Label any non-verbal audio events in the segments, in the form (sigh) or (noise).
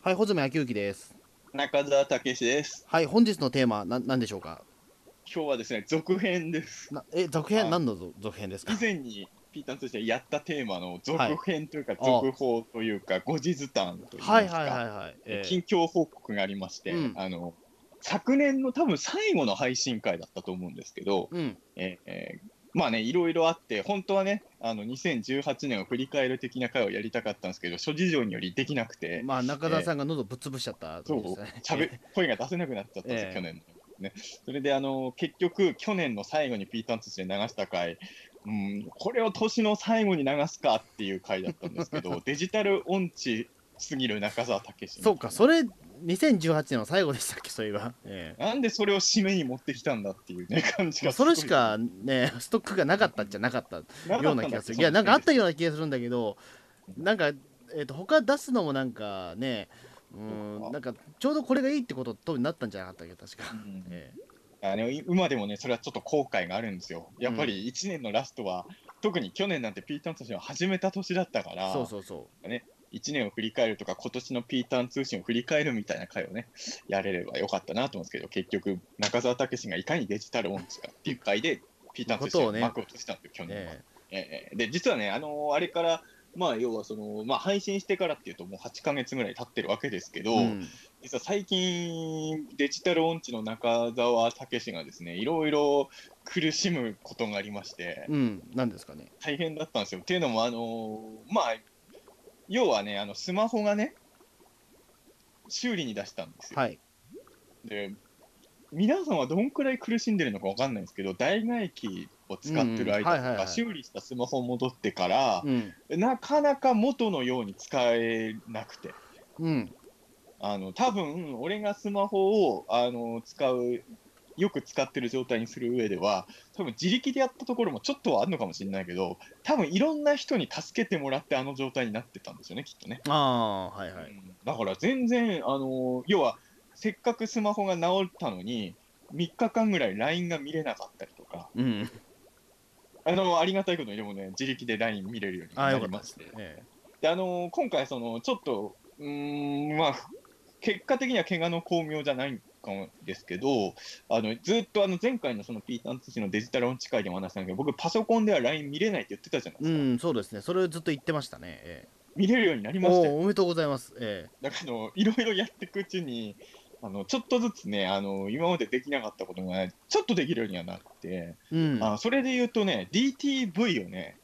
はい、穂積明之です。中澤武史です。はい、本日のテーマ、な、なんでしょうか。今日はですね、続編です。な、え、続あ編、何のぞ続編です以か。前にピーターンとしてやったテーマの続編というか、いあ続報というか、後日談といいますか、はい、はい、はい、はい。えー近況報告がありまして、うんあの、昨年の多分最後の配信会だったと思うんですけど、うん、えーえーまあね、いろいろあって、本当はね、あの2018年を振り返る的な会をやりたかったんですけど、諸事情によりできなくて、まあ、中田さんが喉ぶっ潰しちゃったとそこうとですね。喋声が出せなくなっちゃったんですよ、ええ去年の、ね。それであの結局、去年の最後にピーターン通信で流した回、うん、これを年の最後に流すかっていう回だったんです (laughs) けど、デジタル音痴すぎる中澤武史。そうか、それ、2018年の最後でしたっけ、そういえば。えなんでそれを締めに持ってきたんだっていうね、感じえがすそごいれしかね、ストックがなかったんじゃなかったかったんだけどような気がする。いや、なんかあっそたような気がするんだけど、なんか、えっ、と、他出すのもなんかね、うそん、うなんか、ちょうどこれがいいってこととになったんじゃなかったっけ、確か。のですねえあのい今でもね、それはちょっと後悔があるんですよ。やっぱり1年のラストは、特に去年なんてピーターン通信を始めた年だったかえら、そうそうそ1年を振り返るとか、今年のピーターン通信を振り返るみたいな回をね、 (laughs) やれればよかったなと思うんですけど、結局、中澤武史がいかにデジタル音痴かっていう回で、ピーターン通信ことををね幕を閉じたんですよ、去う。年は。ねええで、実はね、あのーあれから、まあ、要はその、まあ、配信してからっていうと、もう8ヶ月ぐらい経ってるわけですけえど、実は最近、デジタル音痴の中澤武史がですね、いろいろ苦しむことがありまして、うん、うん、なんですかね。大変だったんですよ。っていうのも、あのーまあ、要はね、あのスマホがね、修理に出したんですよ。はい。で、皆さんはどんくらい苦しんでるのかわかんないんですけど、代替機を使ってる間とか、うんはいはいはい修理したスマホ戻ってから、うん。なかなか元のように使えなくて。うん。あの多分俺がスマホをあの使うよく使ってる状態にする上では多分自力でやったところもちょっとはあるのかもしれないけど多分いろんな人に助けてもらってあの状態になってたんですよねきっとね、ああー、はいはうい。んだから全然あの要はせっかくスマホが治ったのに3日間ぐらい LINE が見れなかったりとかうん。あのありがたいことにでもね自力で LINE 見れるようにああ、なよかりったまでしすてね。えであのー今回そのちょっとうーんまあ結果的には怪我の巧妙じゃないかもですけどあのずっとあの前回のそのピーターン通信のデジタル音痴会でも話したんだけど僕パソコンでは LINE 見れないって言ってたじゃないえうですか、ん、そうですね。それをずっと言ってましたね。え見れるようになりえまおしおたよー、おめでとうございます。えだからあのいろいろやっていくうちにあのちょっとずつねあの今までできなかったことがちょっとできるようにはなって、えうん。あそれで言うとね DTV をね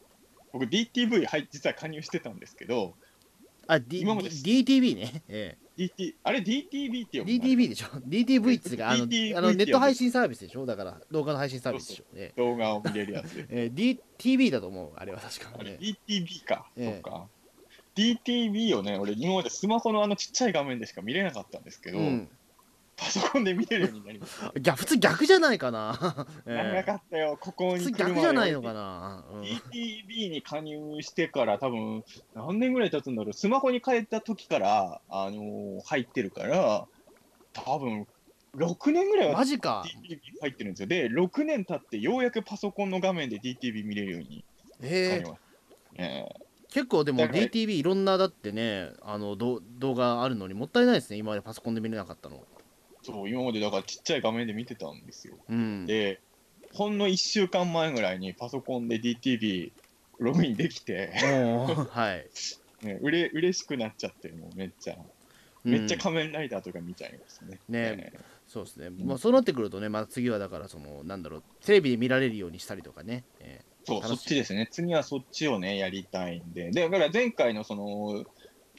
僕 DTV はい実は加入してたんですけどあ、D、今まで DTV ね。え DT あれ DTV ってえ呼ぶ DTV でしょ ?DTV っつうか、あの、 DTV あのネット配信サービスでしょだから、動画の配信サービスでしょええ動画を見れるやつ。ええ DTV だと思う、 (laughs) あれは確か。あれええ DTV か、ええそうか。DTV をね、俺、今までスマホのあのちっちゃい画面でしか見れなかったんですけど、うん、パソコンで見れるようになりました。いや普通逆じゃないかな、長 (laughs) ええかったよ、ここ普に通車逆をじゃないのかな、うん DTV に加入してから、多分何年ぐらい経つんだろう、スマホに変えた時から、あのー入ってるから、多分6年ぐらいはマジか DTV 入ってるんですよ。で、6年経って、ようやくパソコンの画面で DTV 見れるようになええりました。ええ結構でもだから DTV いろんなだってねあのど動画あるのにもったいないですね今までパソコンで見れなかったのそう、今までだからちっちゃい画面で見てたんですよ。うんで、ほんの1週間前ぐらいにパソコンで DTV ログインできて、 (laughs) おー (laughs) はいね、うれ嬉しくなっちゃって、もうめっちゃ、うんめっちゃ仮面ライダーとか見ちゃいますね。ねえそうですね、まあ、そうなってくるとね、まあ、次はだからそのなんだろうテレビで見られるようにしたりとかね、えそう、楽そしいっちですね。次はそっちをね、やりたいんで。で、だから前回のその、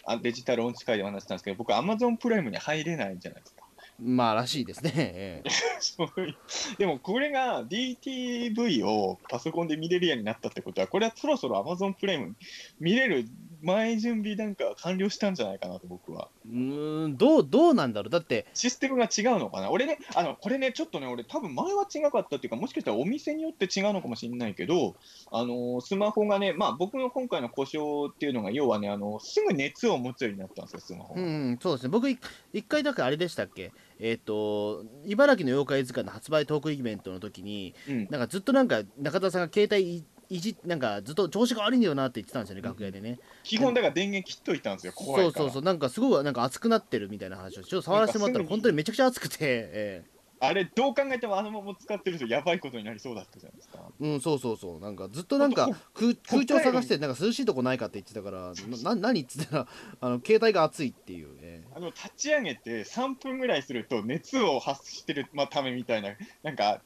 あデジタル音痴会でお話ししたんですけど、僕、Amazon プライムに入れないじゃないですか。ーまあらしいですね、 (laughs) えーそう (laughs) いうでもこれが DTV をパソコンで見れるようになったってことはこれはそろそろ Amazon プレイム見れる前準備なんかは完了したんじゃないかなと僕はうーんどうどうなんだろうだってシステムが違うのかな俺ねあのこれねちょっとね俺多分前は違かったっていうかもしかしたらお店によって違うのかもしれないけどあのースマホがねまあ僕の今回の故障っていうのが要はねあのすぐ熱を持つようになったんですよスマホうが、んそうですね僕い一回だからあれでしたっけえっ、と茨城の妖怪図鑑の発売トークイベントの時にうんなんかずっとなんか中田さんが携帯いいじなんかずっと調子が悪いんだよなって言ってたんですよね楽屋でね、基本だから電源切っといたんですよ怖そいうからそうそうなんかすごいなんか熱くなってるみたいな話をちょっと触らせてもらったらなんかすぐ本当にめちゃくちゃ熱 (laughs) くて、えあれどう考えてもあのまま使ってるとやばいことになりそうだったじゃないですかえうんそうそうそうなんかずっとなんかほん空ほ空ん調探してなんか涼しいとこないかって言ってたからなな何っつったらあの携帯が熱いっていう、ええあの立ち上げて3分ぐらいすると熱を発してる、まあ、ためみたいななんか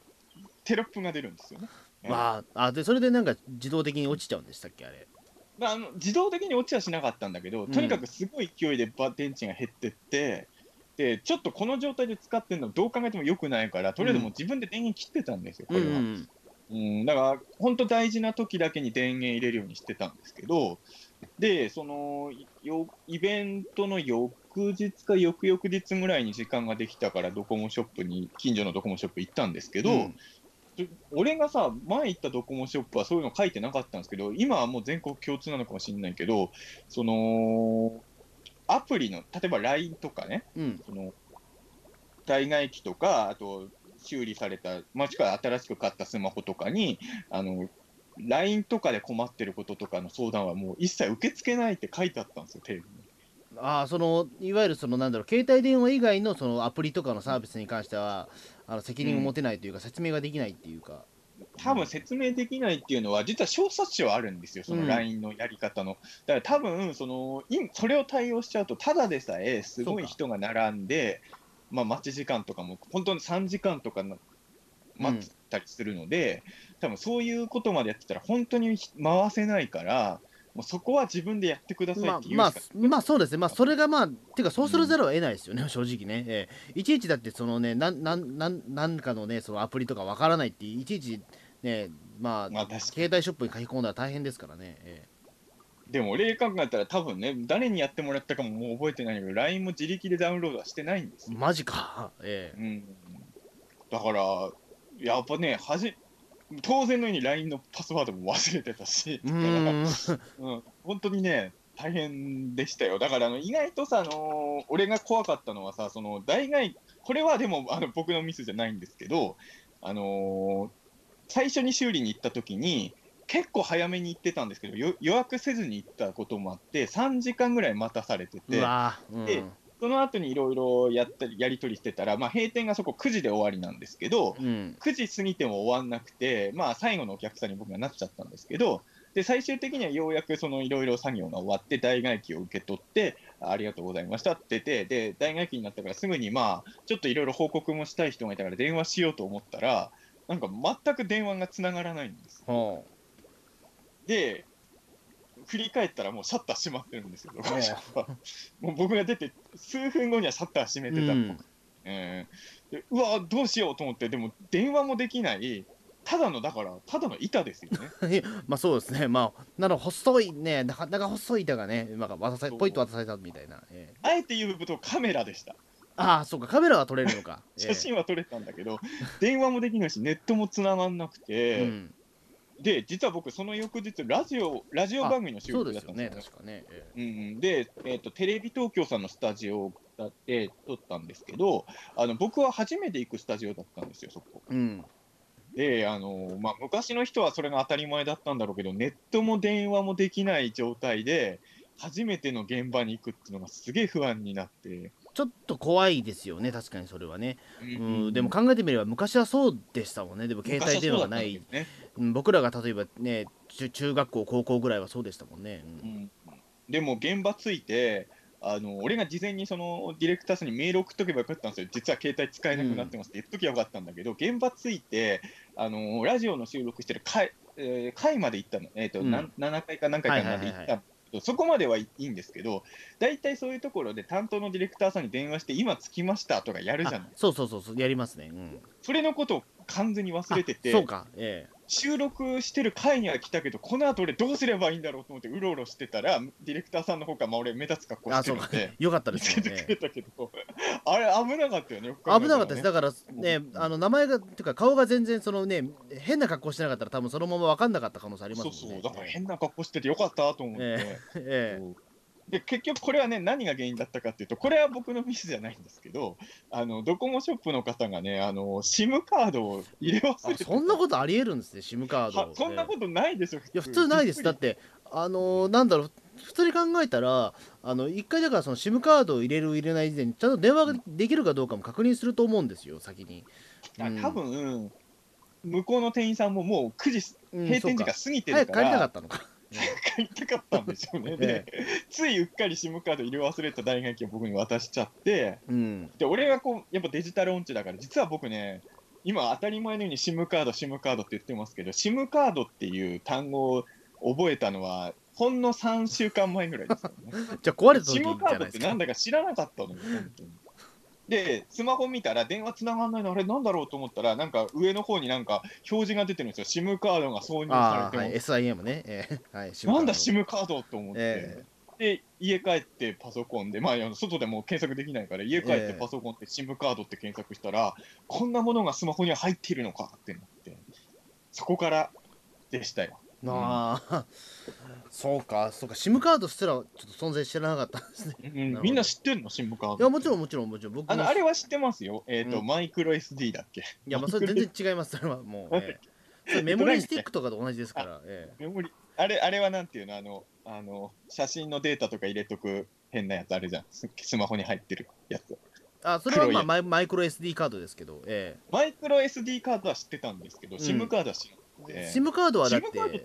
テロップが出るんですよね、まああでそれでなんか自動的に落ちちゃうんでしたっけあれまあ、あの自動的に落ちはしなかったんだけどとにかくすごい勢いでば電池が減ってって、でちょっとこの状態で使ってるのどう考えても良くないからとりあえずもう自分で電源切ってたんですよこうれんは、うんうん、だから本当大事な時だけに電源入れるようにしてたんですけど、で、そのいよイベントの翌日か翌々日ぐらいに時間ができたから、ドコモショップに、近所のドコモショップ行ったんですけど、うんちょ俺がさ、前行ったドコモショップはそういうの書いてなかったんですけど、今はもう全国共通なのかもしれないけど、そのアプリの、例えば LINE とかね、うんその対外機とか、あと修理された、もしくは新しく買ったスマホとかに、あの LINE とかで困ってることとかの相談はもう一切受け付けないって書いてあったんですよ、テレビに。ああそのいわゆるそのなんだろう携帯電話以外のそのアプリとかのサービスに関してはあの責任を持てないというか、説明ができないっていうか多分説明できないっていうのは、実は小冊子はあるんですよ、その LINE のやり方の。だから多分その、いそれを対応しちゃうと、ただでさえすごい人が並んで、まあ、待ち時間とかも、本当に3時間とかな待ってたりするので、多分そういうことまでやってたら、本当に回せないから、もうそこは自分でやってくださいまっあて言うしかまあ、まあそうですね、まあ、それがまあ、てか、そうするざるを得ないですよね、正直ね、ええいちいちだって、そのね、なんなんなんなんかのね、そのアプリとかわからないって、いちいちね、まあ、まあ確かに携帯ショップに書き込んだら大変ですからね、えでも、例考えたら、多分ね、誰にやってもらったかももう覚えてないけど、LINE も自力でダウンロードはしてないんですよえマジか、ええうん、だから、やっぱね、はじ当然のように LINE のパスワードも忘れてたし、うだからーん、うん、本当にね、大変でしたよ。だからあの、意外とさ、あのー俺が怖かったのはさ、その大概、これはでもあの僕のミスじゃないんですけど、あのー最初に修理に行った時に、結構早めに行ってたんですけど、よ予約せずに行ったこともあって、3時間ぐらい待たされてうて、わー、うん、でその後にいろいろやったりやり取りしてたら、まあ、閉店がそこ9時で終わりなんですけど、うん、 9時過ぎても終わんなくて、まあ、最後のお客さんに僕がなっちゃったんですけど、で最終的にはようやくそのいろいろ作業が終わって、代替機を受け取って、あありがとうございましたって出て、で代替機になったから、すぐにまあちょっといろいろ報告もしたい人がいたから、電話しようと思ったら、なんか全く電話がつながらないんです。ほう、で振り返ったらもうシャッター閉まってるんですよ、どこかしら (laughs) もう僕が出て数分後にはシャッター閉めうてたっぽん、くえーでうわどうしようと思ってでも電話もできないただのだからただの板ですよね (laughs) まあそうですね、まあ、なの細いね、なかなか細い板がね、なんか渡さそうポイッと渡されたみたいな、ええあえて言うとカメラでしたああ、そうか、カメラは撮れるのか、ええ写真は撮れたんだけど、電話もできないしネットも繋がんなくて、うん、で実は僕その翌日ラジオラジオ番組の収そう録でだっすたよんですね、確かよねね。ええうんうん、で、えーと、テレビ東京さんのスタジオだって撮ったんですけどあの僕は初めて行くスタジオだったんですよそこうん、で、あのまあ、昔の人はそれが当たり前だったんだろうけど、ネットも電話もできない状態で、初めての現場に行くっていうのがすげえ不安になって、ちょっと怖いですよね、確かにそれはね。ううん、でも考えてみれば、昔はそうでしたもんね、でも携帯電話がない、昔はそうだったんだけどねうん僕らが例えばね、中中学校、高校ぐらいはそうでしたもんね。うんでも現場着いて、あの俺が事前にそのディレクターさんにメール送っとけばよかったんですよ、実は携帯使えなくなってますって言っときゃよかったんだけど、現場着いて、あのラジオの収録してる回,、えー回まで行ったの、えーとうんなん7回か何回かまで行ったの、はいはいはいそこまではいいんですけど、大体そういうところで担当のディレクターさんに電話して、今着きましたとかやるじゃなあい、そうそうそうそう、やりますね。うん、それのことを完全に忘れてて。あそうか、え収録してる回には来たけど、この後俺どうすればいいんだろうと思ってうろうろしてたら、ディレクターさんの方から、まあ、俺目立つえ格好しあてそうるかんで、、 (laughs) よかったで見すせよてねく。れたけど、あれ危なかったよね、よく考えら (laughs) 危なかったです。だからねうん、あの名前が、てか顔が全然そのね、変な格好してなかったら、多分そのまま分かんなかった可能性ありますもんそうね。そう、だから変な格好しててよかったと思って、ええそうで結局これはね何が原因だったかっていうとこれは僕のミスじゃないんですけどあのドコモショップの方がねあの SIM カードを入れ忘れあてそんなことありえるんですね SIM カーはドそんなとことないでしょいいや普通ないですだってあのーなんだろう普通に考えたらあの一回だからその SIM カードを入れる入れない以前にちゃんと電話ができるかどうかも確認すると思うんですよ先に、うん多分向こうの店員さんももう9時うん、閉店時そう間過ぎて早るくか帰りたかっらたのか帰りたかったんでしょう (laughs) ねえでついうっかり SIM カード入れ忘れた大学を僕に渡しちゃってうんで俺がこうやっぱデジタル音痴だから実は僕ね今当たり前のように SIM カード SIM カードって言ってますけど SIM カードっていう単語を覚えたのはほんの3週間前ぐらいですよね。 (laughs) じゃあ壊 (laughs) れた時 SIM じカゃーなドいっでてすかなんだか知らなかったのよ、本当に。で、スマホ見たら電話つながんないの、あれなんだろうと思ったら、なんか上の方になんか表示が出てるんですよ、SIM カードが挿入さああれー、はてい、ます。 SIM ね、えーはい、SIM なんだム SIM カードと思って、えで家帰ってパソコンで、まあ、あの外でもう検索できないから、家帰ってパソコンで SIM カードって検索したら、こんなものがスマホには入っているのかってなって、そこからでしたよ。ーなあ、そうかそうか SIM カードすらちょっと存在してなかったんですねうんるほどみんな知ってんの、SIM カード。いやもちろんもちろんもちろん僕あものあれは知ってますよ、えっ、と、うんマイクロ SD だっけ。いやまあそ (laughs) れ全然違いますそれはもう、ええそれメモリースティックとかと同じですから、えメモリあれあれはなんていうのあのあの写真のデータとか入れとく変なやつあるじゃんススマホに入ってるやつえあそれは黒いまやあつマイマイクロ SD カードですけど、えマイクロ SD カードは知ってたんですけどん SIM カードは知らなくえて、 SIM カードはだって SIM カード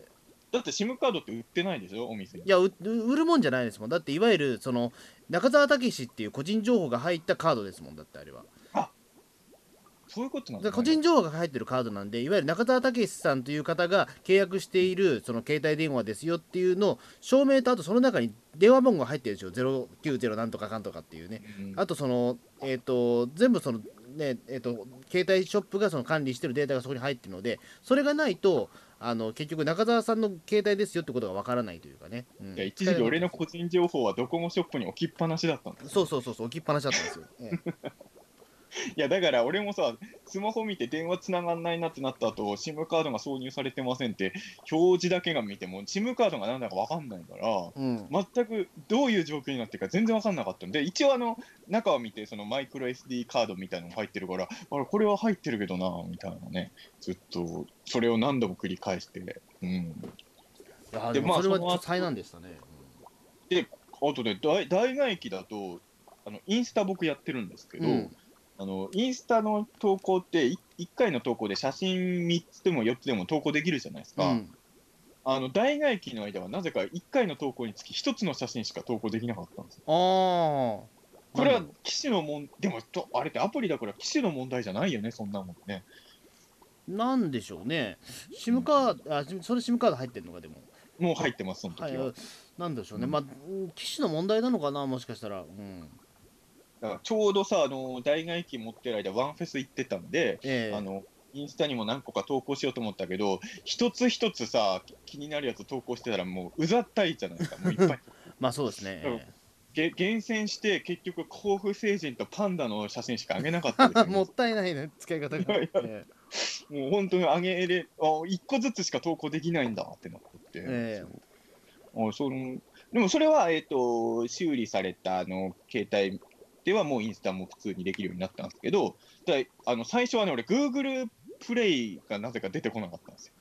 だって SIM カードって売ってないでしょお店にいやう売るもんじゃないですもんだっていわゆるその中澤武史っていう個人情報が入ったカードですもんだってあれはそういうことなんだだから個人情報が入ってるカードなんでいわゆる中澤武さんという方が契約しているその携帯電話ですよっていうのを証明とあとその中に電話番号が入ってるでしょ090なんとかかんとかっていうねうんあとそのえっ、と全部そのねえっ、と携帯ショップがその管理してるデータがそこに入ってるのでそれがないとあの結局中澤さんの携帯ですよってことがわからないというかね、うんいや一時期俺の個人情報はドコモショップに置きっぱなしだったんだよそうそうそうそう置きっぱなしだったんですよ、ええいやだから俺もさスマホ見て電話つながんないなってなった後 SIM カードが挿入されてませんって表示だけが見ても SIM カードが何だか分かんないからうん、全くどういう状況になってるか全然分かんなかったんで一応あの中を見てそのマイクロ SD カードみたいなのが入ってるからあれこれは入ってるけどなみたいなねずっとそれを何度も繰り返して、うん、いやででもまそあれはちょそのっ後と災難でしたね、あとね大大外駅だとあのインスタ僕やってるんですけうんど、あのインスタの投稿って1回の投稿で写真3つでも4つでも投稿できるじゃないですか、うんあの大外駅の間はなぜか1回の投稿につき1つの写真しか投稿できなかったんですよああこれは機種の問でもとあれってアプリだから機種の問題じゃないよねそんなもんねなんでしょうね SIM カードあそれ SIM カード入ってるのかでももう入ってますそのは時いは、なんでしょうね、うんまあうん機種の問題なのかなもしかしたらうんだからちょうどさあの大外機持ってる間ワンフェス行ってたんで、ええあのインスタにも何個か投稿しようと思ったけど一つ一つさ気になるやつ投稿してたらもううざったいじゃないですかもういっぱいまあそうですね、うんえげ厳選して結局甲府成人とパンダの写真しか上げなかったですよえ (laughs) ももったいないね使い方が、いやいやええう本当に上げれあ1個ずつしか投稿できないんだってなってて、ええあそのでもそれは、えっと修理されたあの携帯ではもうインスタも普通にできるようになったんですけど、だいあの最初はね、俺、Google プレイがなぜか出てこなかったんですよ。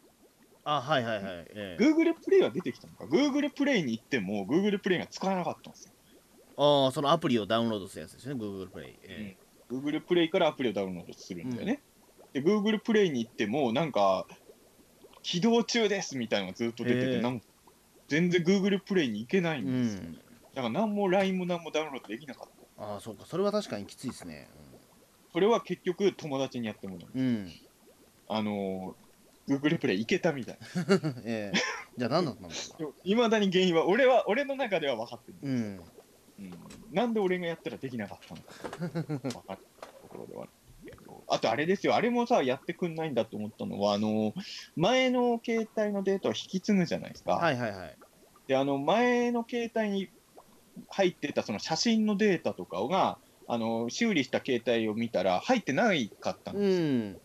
あはいはいはい、ええ Google プレイは出てきたのか、Google プレイに行っても、Google プレイが使えなかったんですよ。ああそのアプリをダウンロードするやつですね Google プレイ、え Google プレイからアプリをダウンロードするんだよね。で、Google プレイに行っても、なんか、起動中ですみたいなのがずっと出てへて、えなんか全然 Google プレイに行けないえんうですよ。んだから、何も LINE も何もダウンロードできなかった。ああそうかそれは確かにきついですねそれは結局友達にやってもらう。うん、うん (laughs) あのー、Google プレイいけたみたいな。ええじゃあ何だったのかないまだに原因は、俺は、俺の中では分かってる、うんうん。なんで俺がやったらできな (laughs) かったのか。分かるところではあるけど。あとあれですよ、あれもさ、やってくんないんだと思ったのは、あのー前の携帯のデータを引き継ぐじゃないですか。はいはいはいで、あの、前の携帯に入ってたその写真のデータとかが、あのー修理した携帯を見たら入ってないかったんですようん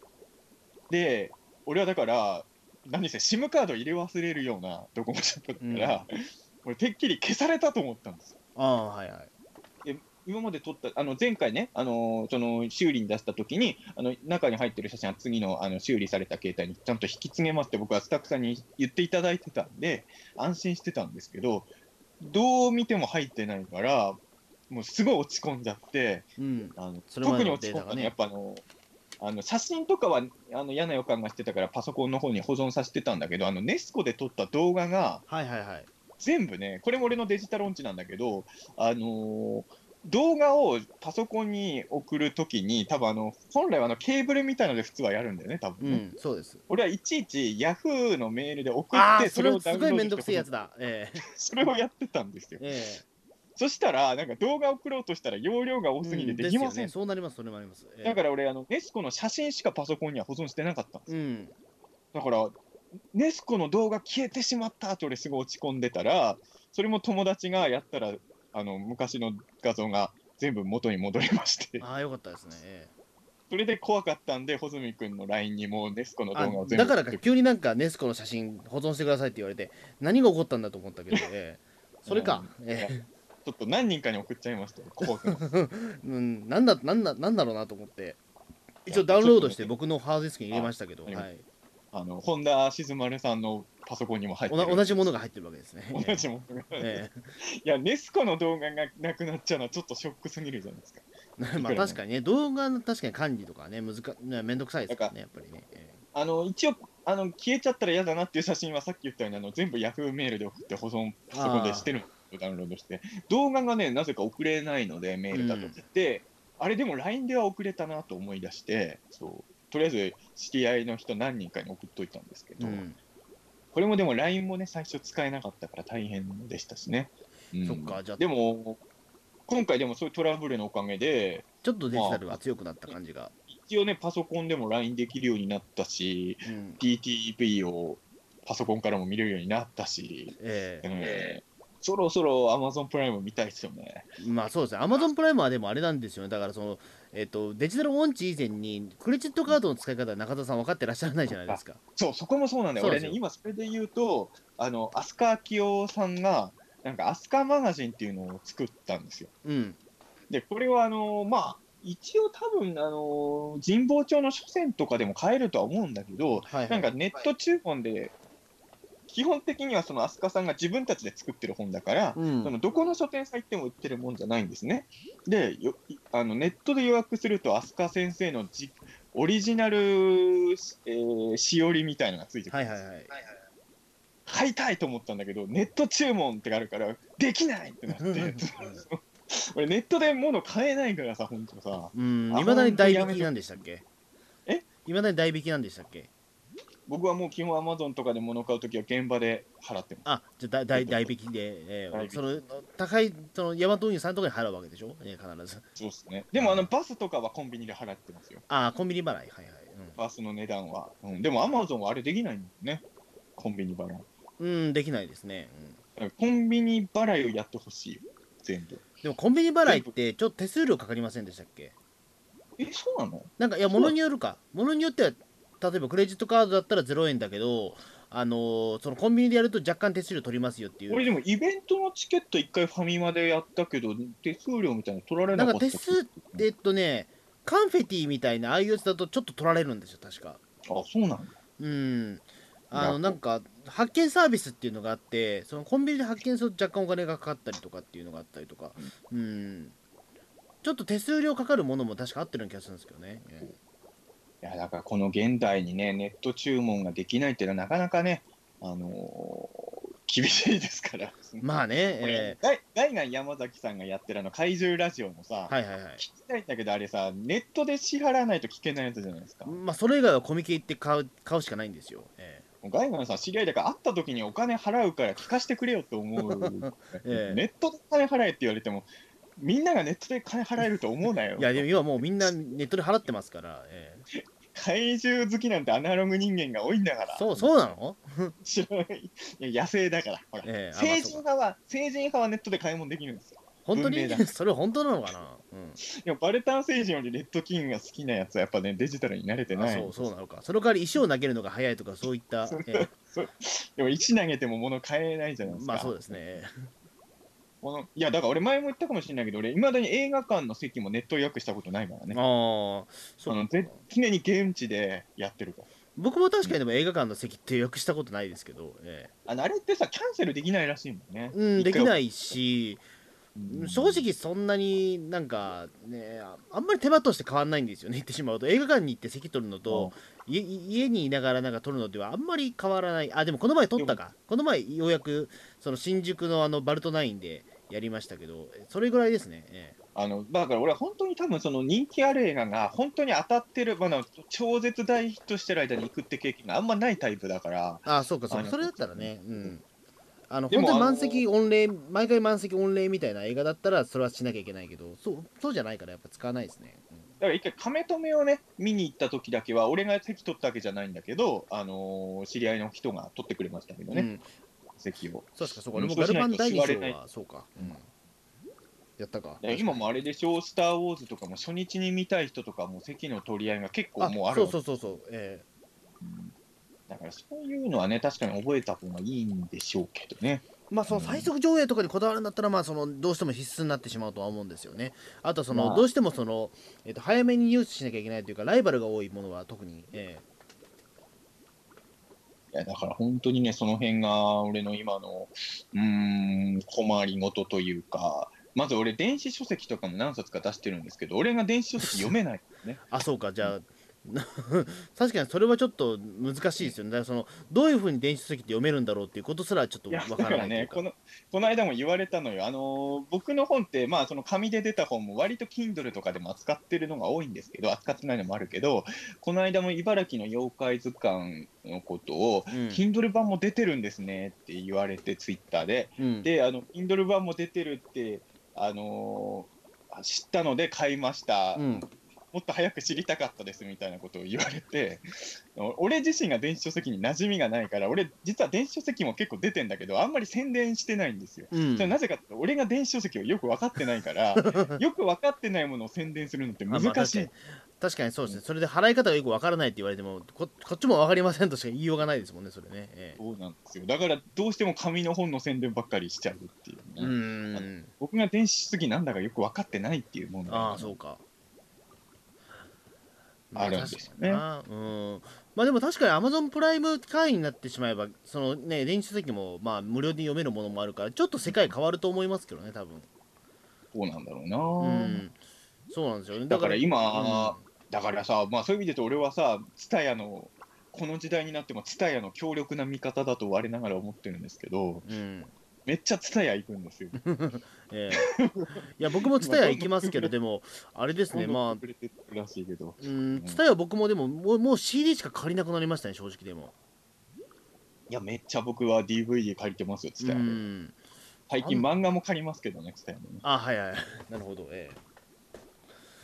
で、俺はだから、何せ SIM カード入れ忘れるようなドコモショップだから、俺、てっきり消されたと思ったんですよ。あああはいはい今まで撮った、あの前回ね、あのーその修理に出したときにあの、中に入ってる写真は次のあの修理された携帯にちゃんと引き継げますって、僕はスタッフさんに言っていただいてたんで、安心してたんですけど、どう見ても入ってないから、もうすごい落ち込んじゃって、うんあのそれまで特にの落ち込んだのは、デーやっぱあのあの写真とかはあの嫌な予感がしてたから、パソコンの方に保存させてたんだけど、あのネスコで撮った動画が、はいはいはい全部ね、これも俺のデジタル音痴なんだけど、あのー動画をパソコンに送るときに、多分あの本来はあのケーブルみたいので普通はやるんだよね、多う分ね、んそうです俺はいちいち Yahoo のメールで送あっあて、そそれれをダウすンロごいめーんどくドしせえてやつだええそれをやってたんですよ。えそしたら、なんか動画送ろうとしたら容量がえ多すぎうてんできまですせよねん。そうなりますそれもありますええだから俺、あのネスコの写真しかパソコンには保存してなかったんですようんだから、ネスコの動画消えてしまったって俺すごい落ち込んでたら、それも友達がやったら、あの昔の画像が全部元に戻りまして、ああよかったですねええそれで怖かったんで、穂積君の LINE にもうネスコの動あ画を全部だからか送って急になんかネスコの写真保存してくださいって言われて何が起こったんだと思ったけど、え (laughs) えそれか、えちょっと何人かに送っちゃい (laughs) ましたよ、怖くなってえうん、なんだなんだなんだろうなと思って一応ダウンロードして僕のハードディスクに入れましたけど、あはい、あの本田静丸さんのパソコンにも入っおてなる同じものが入ってるわけですね。同じものが、え (laughs) (laughs) いや、ネスコの動画がなくなっちゃうのはちょっとショックすぎるじゃないですか。えまあ確かにね動画の確かに管理とかはね難かねめんどくさいですからねやっぱりね。ええあの一応あの消えちゃったら嫌だなっていう写真はさっき言ったようにあの全部 Yahoo メールで送って保存パソコンでしてるのダウンロードして動画がねなぜか送れないのでメールだとで、あれでも LINE では送れたなと思い出してそうとりあえず知り合いの人何人かに送っといたんですけうど、ん、これもでも LINE もね最初使えなかったから大変でしたしね、うんそっかじゃあでも今回でもそういうトラブルのおかげでちょっとデジタルは強くなった感じが。一応ねパソコンでも LINE できるようになったしうん DTP をパソコンからも見れるようになったし、えうえんそろそろ Amazon プライム見たいですよね。まあそうですね、アマゾンプライムはでもあれなんですよね、だからその、えっとデジタルオンチ以前に、クレジットカードの使い方、中田さん分かってらっしゃらないじゃないですか。そう、そこもそうなんだよ。そうで俺すねよ、今それで言うと、あの、飛鳥清さんが、なんか飛鳥マガジンっていうのを作ったんですよ。うん、で、これはあの、まあ、一応多分、あの、神保町の書店とかでも買えるとは思うんだけはど、い、はい。なんかネット注文で、基本的にはその飛鳥さんが自分たちで作ってる本だから、うそのん、どこの書店さん行っても売ってるもんじゃないんですね。で、よあのネットで予約すると、飛鳥先生のじオリジナル、えーしおりみたいなのがついてくはるいんではいす。はい。買いたいと思ったんだけど、ネット注文ってあるから、できないってなって、俺、ネットで物買えないからさ、ほんとさ、うん、あいまだに代引きなんでしたっけえいまだに代引きなんでしたっけ僕はもう基本、アマゾンとかで物買うときは現場で払ってます。あ、じゃあ代代引きで、え代引ー、きその高い、そのヤマト運輸さんとかに払うわけでしょ、えー、必ず。そうですね。でも、あのバスとかはコンビニで払ってますよ、あー、コンビニ払い、はいはい。バスの値段は。うん、でも、アマゾンはあれできないんですね、コンビニ払い。うん、うん、できないですね。うんコンビニ払いをやってほしいよ、全部。でもコンビニ払いってちょっと手数料かかりませんでしたっけえ、そうなのなんかいや物によるか物によっては例えばクレジットカードだったら0円だけどあのーそのコンビニでやると若干手数料取りますよってい俺うでもイベントのチケット一回ファミマでやったけど、手数料みたいなの取られななんかかっ手た数えっとねカンフェティみたいなああいうやつだとちょっと取られるんですよ確かあ、そうなのうんあなるのほどなんか発券サービスっていうのがあってそのコンビニで発券すると若干お金がかかったりとかっていうのがあったりとかうんちょっと手数料かかるものも確かあってるような気がするんですけどね、えいや、だからこの現代にね、ネット注文ができないっていうのはなかなかね、あのー厳しいですから。えまあね、え俺ガイガイガン山崎さんがやってるあの怪獣ラジオもさ、えはいはいはい聞きたいんだけど、あれさ、ネットで支払わないと聞けないやつじゃないですか。まあそれ以外はコミケ行って買う買うしかないんですよ。えガイガンさん、知り合いだから会った時にお金払うから聞かせてくれよと思う。ええネットで金払えって言われても、みんながネットで金払えると思うなよ。いやでも今もうみんなネットで払ってますから、ええ怪獣好きなんてアナログ人間が多いんだから。そうそうなの、知らない。いや野生だから。ほらええあまあ成人そう派は、成人派はネットで買い物できるんですよ。本当文明にだ (laughs) それ本当なのかな、うんでもバルタン星人よりレッドキングが好きなやつはやっぱね、デジタルに慣れてあない。そうそうなのかその代わり石を投げるのが早いとかそういった、ええ (laughs) でも1投げても物買えないじゃないですか。まあそうですねこのいやだから俺前も言ったかもしれないけど俺いまだに映画館の席もネット予約したことないからねああそあうのぜ常に現地でやってるから僕も確かにでも映画館の席って予約したことないですけど、えあのあれってさキャンセルできないらしいもんねえ、うん、できい、ないしうん正直そんなになんかねああんまり手間として変わんないんですよね言 (laughs) ってしまうと映画館に行って席取るのと、い家にいながらなんか取るのではあんまり変わらないあでもこの前取ったかこの前ようやくその新宿のあのバルトナインでやりましたけどそれぐらいですね、ええあのだから俺は本当に多分その人気ある映画が本当に当たってる、まあ、なんか超絶大ヒットしてる間に行くって経験があんまないタイプだからあそうかそうあかのそれだったらねうんあので本も当に満席御礼毎回満席御礼みたいな映画だったらそれはしなきゃいけないけどそうそうじゃないからやっぱ使わないですね、うんだから一回亀止めをね見に行った時だけは俺が席取ったわけじゃないんだけど、あのー知り合いの人が取ってくれましたけどうね、ん席をそうですか、そううか。んでもガルパン第2そうし章ないとは、そうか。うんやったか。だから今もあれでしょ「スター・ウォーズ」とかも初日に見たい人とかも席の取り合いが結構もうあるそわうけそうそうそう。えだからそういうのはね確かに覚えた方がいいんでしょうけどねーまあ、その最速上映とかにこだわるんだったら、まあ、そのどうしても必須になってしまうとは思うんですよね。あと、その、まあどうしてもその、えっと早めに入手しなきゃいけないというか、ライバルが多いものは特に、えいやだから本当にねその辺が俺の今のうーん困りごとというかまず俺電子書籍とかも何冊か出してるんですけど俺が電子書籍読めないんですねーあ、そうか、じゃあ。 (laughs) 確かにそれはちょっと難しいですよね。だからそのどういうふうに電子書籍って読めるんだろうっていうことすらちょっといやわだかかないららというねかこのこの間も言われたのよ、あのー僕の本って、まあ、その紙で出た本も割と Kindle とかでも扱ってるのが多いんですけど扱ってないのもあるけどこの間も茨城の妖怪図鑑のことをうん Kindle 版も出てるんですねって言われてツイッターでうんであの Kindle 版も出てるって、あのー知ったので買いました、うんもっと早く知りたかったですみたいなことを言われてお俺自身が電子書籍に馴染みがないから俺実は電子書籍も結構出てんだけどあんまり宣伝してないんですよ。うんそれなぜかって俺が電子書籍をよく分かってないから (laughs) よく分かってないものを宣伝するのって難あまあ確しかいに確かにそうですね、それで払い方がよくわからないって言われてもここっちもわかりませんとしか言いようがないですもんねそれね、ええそうなんですよだからどうしても紙の本の宣伝ばっかりしちゃうっていうね、うーん僕が電子書籍なんだかよく分かってないっていうものああそうかまあるんですよ確かねになうんまあでも確かに Amazon プライム会員になってしまえばそのね電子書籍もまあ無料で読めるものもあるからちょっと世界変わると思いますけどね多分そうなんだろうな、うんそうなんですよねだから今うんだからさ、まあ、そういう意味で言うと俺はさ TSUTAYA のこの時代になっても TSUTAYA の強力な味方だと我ながら思ってるんですけどうんめっちゃ TSUTAYA 行くんですよ。ええいや僕も蔦屋行きますけどでもあれ (laughs) ですねまあくれてるらしいけどうん、ツタヤ僕もでももうもう CD しか借りなくなりましたね正直でもいやめっちゃ僕は DVD 借りてますよう TSUTAYA でん最近漫画も借りますけどね TSUTAYA もねあはいはいなるほどえ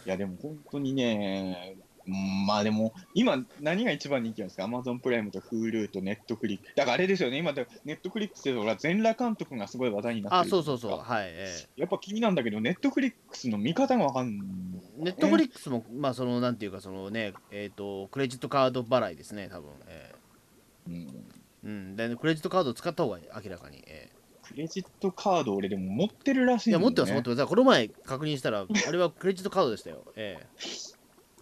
いやでも本当にねうんまあでも今何が一番人気なんですか Amazon プライムと Hulu と Netflix だからあれですよね今だ Netflix でほら全裸監督がすごい話題にえなっあてるそうそうそうはいええやっぱ気になるんだけど、ネットフリックスの見方がわかんない。ネットフリックスも、まあそのなんていうかそのねえっ、とクレジットカード払いですね多分ええうんうんでクレジットカードを使った方がいい明らかに、ええクレジットカード、俺でも持ってるらしいいんだやよね、持ってます持ってますこの前確認したらあれはクレジットカードでしたよええ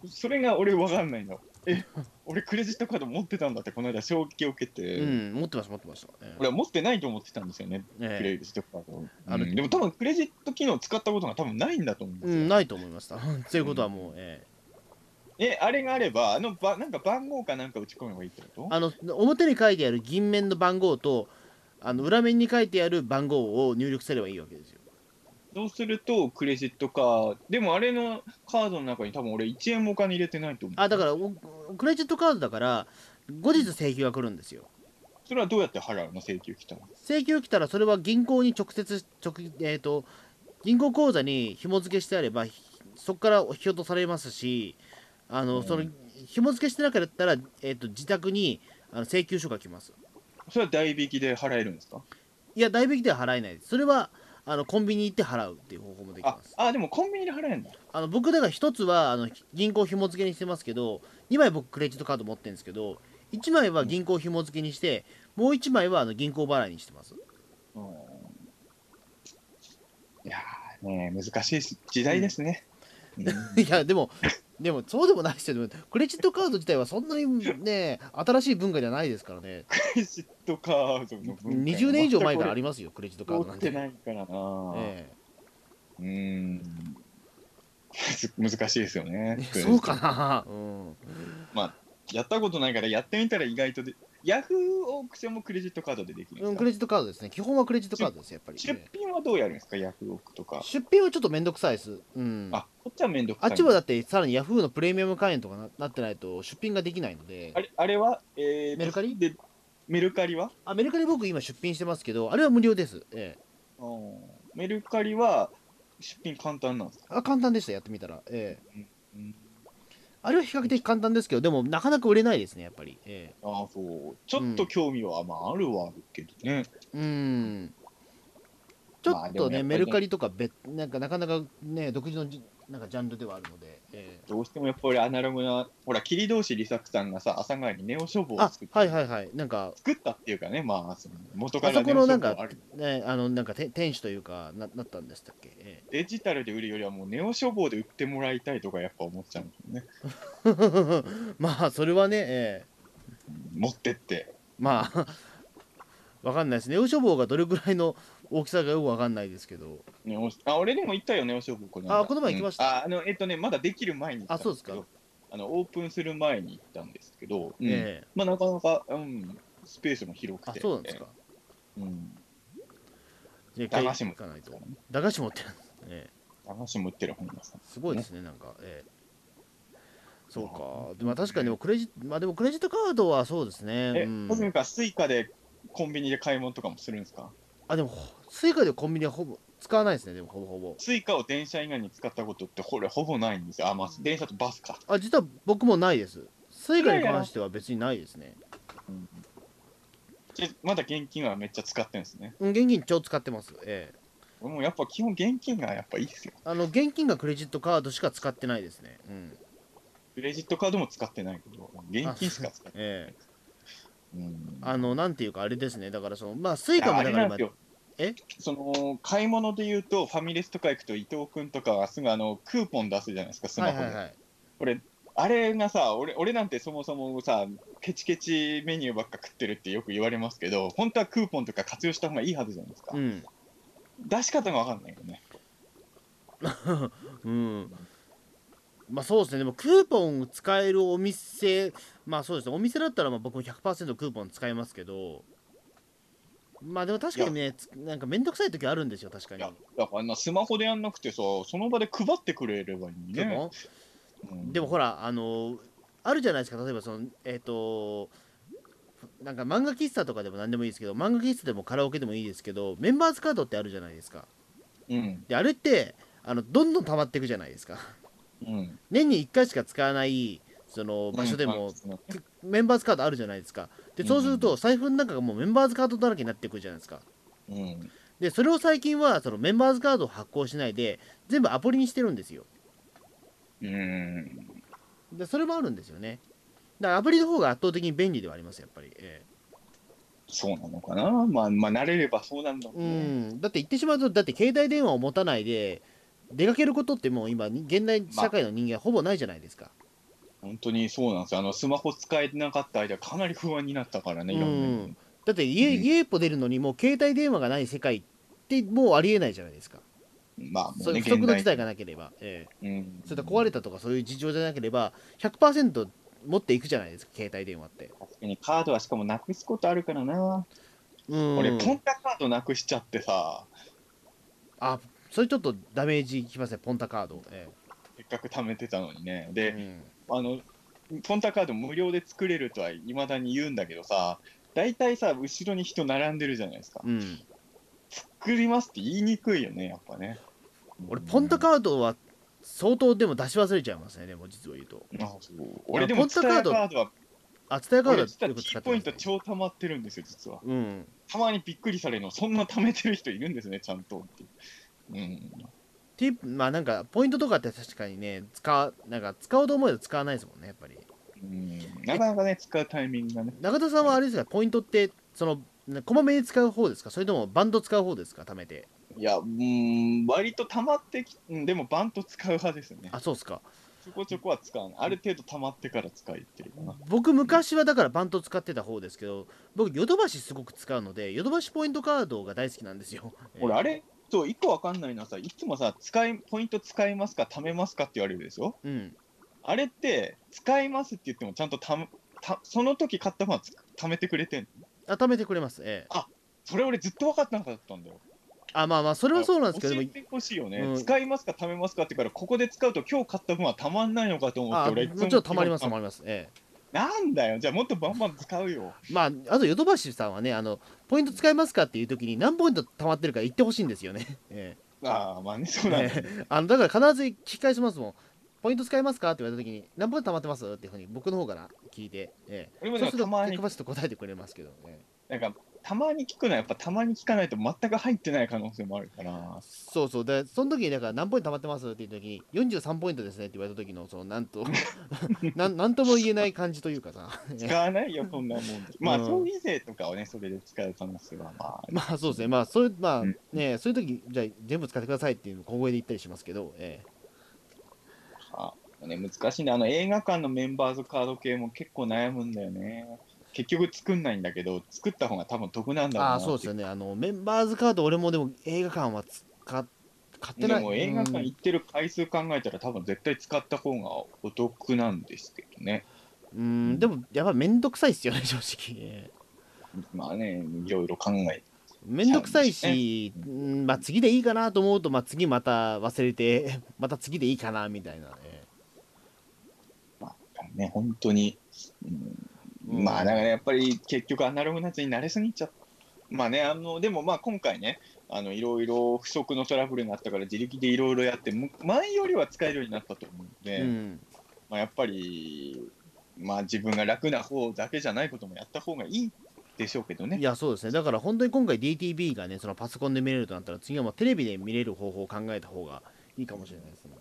それが俺わかんないの。え、俺クレジットカード持ってたんだって、この間衝撃を受けて、うん持ってました持ってましたええ俺は持ってないと思ってたんですよね、えクえレジットカードを。あのうんでも多分クレジット機能使ったことが多分ないんだと思うんでうすよ。んないと思いました (laughs) ということはもう、えええ、あれがあれば、あのばなんか番号かなんか打ち込めばいいってことあの表に書いてある銀面の番号とあの裏面に書いてある番号を入力すればいいわけですよ。そうすると、クレジットカード、でもあれのカードの中に多分俺1円もお金入れてないと思う。あだからおクレジットカードだから後日請求が来るんですよ。それはどうやって払うの請求来たの請求来たらそれは銀行に直接直、えー、と銀行口座に紐付けしてあればひそこから引き落とされますしあの、うんその紐付けしてなかったら、えー、と自宅にあの請求書が来ます。それは代引きで払えるんですかいや代引きでは払えないです。それはあのコンビニ行って払うっていう方法もできあます。あでもコンビニで払えるんだあの僕だから一つはあの銀行紐付けにしてますけど2枚僕クレジットカード持ってるんですけど1枚は銀行紐付けにしてもう1枚はあの銀行払いにしてますうんいやーね難しいし時代ですね。うん (laughs) いやでもでもそうでもないですよでもクレジットカード自体はそんなにね新しい文化じゃないですからねクレジットカードの文化20年以上前からありりますよクレジットカ通ードなっんてて、ないからな、えうーんむず難しいですよねえ、そうかな、うん、やったことないからやってみたら意外とでヤフーオークションもクレジットカードでできるんでうすんか、クレジットカードですね基本はクレジットカードですやっぱり、出品はどうやるんですかヤフーオークとか、出品はちょっとめんどくさいですうんあこっちは面倒くあさっいちはだってさらにヤフーのプレミアム会員とかななってないと出品ができないのであれあれは、えーとメルカリでメルカリはアメリカで僕今出品してますけどあれは無料です、ええ、うんメルカリは出品簡単なんですか、あ簡単でしたやってみたら、ええ、うんあれは比較的簡単ですけどでもなかなか売れないですねやっぱり、えああそうちょっと興味は、まああるはあるけどねえ、うんちょまあっでもとやね,、っぱりねメルカリとか別なんかなかなかね独自のじなんかジャンルではあるので、ええ、どうしてもやっぱりアナログなほら桐同士リサクさんがさ朝帰りネオ消防をあ作ったはいはいはいなんか作ったっていうかね、まあ、その元かあらそねこのそなんこかあるねあのなんかて店主というかななったんでしたっけ、ええ、デジタルで売るよりは、もうネオ処方で売ってもらいたいとかやっぱ思っちゃうんですよね。 (laughs) まあそれはね、ええ、持ってって。まあ (laughs) わかんないですねネオ処方がどれぐらいの大きさがよくわかんないですけどネオあ俺でも行ったよ、ネオ処方この間あこの前行きましたうんああのえっとね、まだできる前に行ったんけどあそうですあのオープンする前に行ったんですけど、うんええまあ、なかなか、うん、スペースも広くあて、そうなんですか、うん、じゃあ駄菓子も一回行かないと駄菓子持ってるんですね、ええ駄菓子も売ってる本屋さん。すごいですねなんかええそうか、でまあ、確かにでもクレジ、まあ、でもクレジットカードはそうですね、え、うんコズミカ、スイカでコンビニで買い物とかもするんですかあでもほスイカでコンビニはほぼ使わないですねでもほぼほぼスイカを電車以外に使ったことってほれほぼないんですよ。あ、まあ、電車とバスか。あ実は僕もないですスイカに関しては別にないですねでまだ現金はめっちゃ使ってるんですね。うん現金超使ってますええもうやっぱ基本現金がやっぱいいですよ。あの現金がクレジットカードしか使ってないですねうんクレジットカードも使ってないけど、現金しか使ってない。ええうんあのなんていうかあれですねだからそのまあスイカもいやあだれかならんで今すよ。えその買い物で言うと、ファミレスとか行くと、伊藤君とかがすぐあのクーポン出すじゃないですか、スマはホいで。はいはいこれあれがさ俺、俺なんてそもそもさ、ケチケチメニューばっか食ってるってよく言われますけど、本当はクーポンとか活用した方がいいはずじゃないですか。うん出し方がわかんないよね。うんまあそうですねでもクーポンを使えるお店まあそうですねお店だったらまあ僕も100%クーポン使いますけどまあでも確かにねつなんかめんどくさい時あるんですよ確かいにや、だからあんなスマホでやんなくてさ、その場で配ってくれればいいのにでね。もうんでもほらあのあるじゃないですか例えばそのえっ、となんか漫画喫茶とかでも何でもいいですけど漫画喫茶でもカラオケでもいいですけどメンバーズカードってあるじゃないですかうん、であれってあのどんどん溜まっていくじゃないですか (laughs) うん、年に1回しか使わないその場所でも、うんメンバーズカードあるじゃないですかでそうすると財布の中がもうメンバーズカードだらけになってくるじゃないですかうん、でそれを最近はそのメンバーズカードを発行しないで全部アプリにしてるんですようん、でそれもあるんですよねだからアプリの方が圧倒的に便利ではありますやっぱり、えそうなのかな、まあ、まあ、慣れればそうなんだろえうね。うんだって言ってしまうとだって携帯電話を持たないで出かけることってもう今に現代社会の人間はほぼないじゃないですか、本当にそうなんですよ、あのスマホ使えなかった間、かなり不安になったからね、いろんな意味で、うんだって家,、うん家一歩出るのにもう携帯電話がない世界ってもうありえないじゃないですか、まあ、もそうういね、う不測の事現代態がなければ、ええうん、それと壊れたとかそういう事情じゃなければ100%持っていくじゃないですか携帯電話って確かにカードはしかもなくすことあるからな、うん俺、ポンタカードなくしちゃってさ、あそれちょっとダメージきますねポンタカード、えせっかく貯めてたのにね、えで、あのポンタカード無料で作れるとはいまだに言うんだけどさ、大体さ、後ろに人並んでるじゃないですか、うんうん作りますって言いにくいよね、やっぱね。俺ポンタカードは相当でも出し忘れちゃいますねでも実を言うとあそう俺でポもンタツカターヤドカードは、あ伝えカード俺は実はよく T 使ってポますイントね超溜まってるんですよ、実は。うんたまにびっくりされるの、そんな溜めてる人いるんですね、ちゃんとって。うん、 T まあなんかポイントとかって確かにね使うなんか使おうと思えば使わないですもんねやっぱりうん、なかなかね、使うタイミングがね。中田さんはあれですかポイントってそのこまめに使う方ですかそれともバンド使う方ですか貯めていや、うーん、割と溜まってき、うんでもバント使う派ですね。あそうっすかちょこちょこは使うの。ある程度溜まってから使いってるかな。僕昔はだからバント使ってた方ですけど僕ヨドバシすごく使うのでヨドバシポイントカードが大好きなんですよ (laughs) 俺、あれそう、一個わかんないのはさ、いつもさ、使い、ポイント使いますか、貯めますかって言われるでしょうんあれって、使いますって言っても、ちゃんとためた、その時買った分はつ貯めてくれてんのあ貯めてくれますええそれ俺ずっと分かってなかったんだよ。あまあまあそれはそうなんですけど教でえもてほしいよね、うん使いますか、貯めますかってから、ここで使うと、今日買った分はたまんないのかと思って、あ俺、いもつちろんたまりますたまりますええなんだよ、じゃあもっとバンバン使うよ。まああとヨドバシさんはねあのポイント使えますかっていう時に何ポイント貯まってるか言ってほしいんですよね (laughs) えああ、まあね、そえうなんだよええあのだから必ず聞き返しますもんポイント使えますかって言われた時に何ポイント貯まってますっていうふうに僕の方から聞いてええ俺もそねうするたまとに結、ばしと答えてくれますけどねなんか、たまに聞くのは、やっぱたまに聞かないと全く入ってない可能性もあるから、そうそうでその時にだから何ポイント貯まってますっていう時に43ポイントですねって言われた時のそのなん (laughs) となんなんとも言えない感じというかさ (laughs) 使わないよ、そんなもん。まあ、うん消費税とかをね、それで使う可能性は、まあ、まあそうですねまあそういうまあうんねそういう時じゃあ全部使ってくださいっていうのを小声で言ったりしますけどええあね、難しいね。あの映画館のメンバーズカード系も結構悩むんだよね。結局作んないんだけど、作った方が多分得なんだろうなあっあてそうですよねあのメンバーズカード俺もでも映画館は使っ買ってでないも映画館うん行ってる回数考えたら、多分絶対使った方がお得なんですけどね。うんでもやっぱ面倒くさいっすよね (laughs) 正直ええまあね、いろいろ考え面倒くさいし、そううんまあ次でいいかなと思うとまあ次また忘れて (laughs) また次でいいかなみたいな、ええたらね、本当に。うんうんまあ、だからやっぱり結局アナログなやつに慣れすぎちゃった。まあね、あの、でもまあ今回ね、あの、いろいろ不足のトラブルになったから自力でいろいろやって、む前よりは使えるようになったと思うので、うんまあ、やっぱり、まあ自分が楽な方だけじゃないこともやった方がいいでしょうけどねい。やそうですねだから本当に今回 DTV がねそのパソコンで見れるとなったら次はまあテレビで見れる方法を考えた方がいいかもしれないですね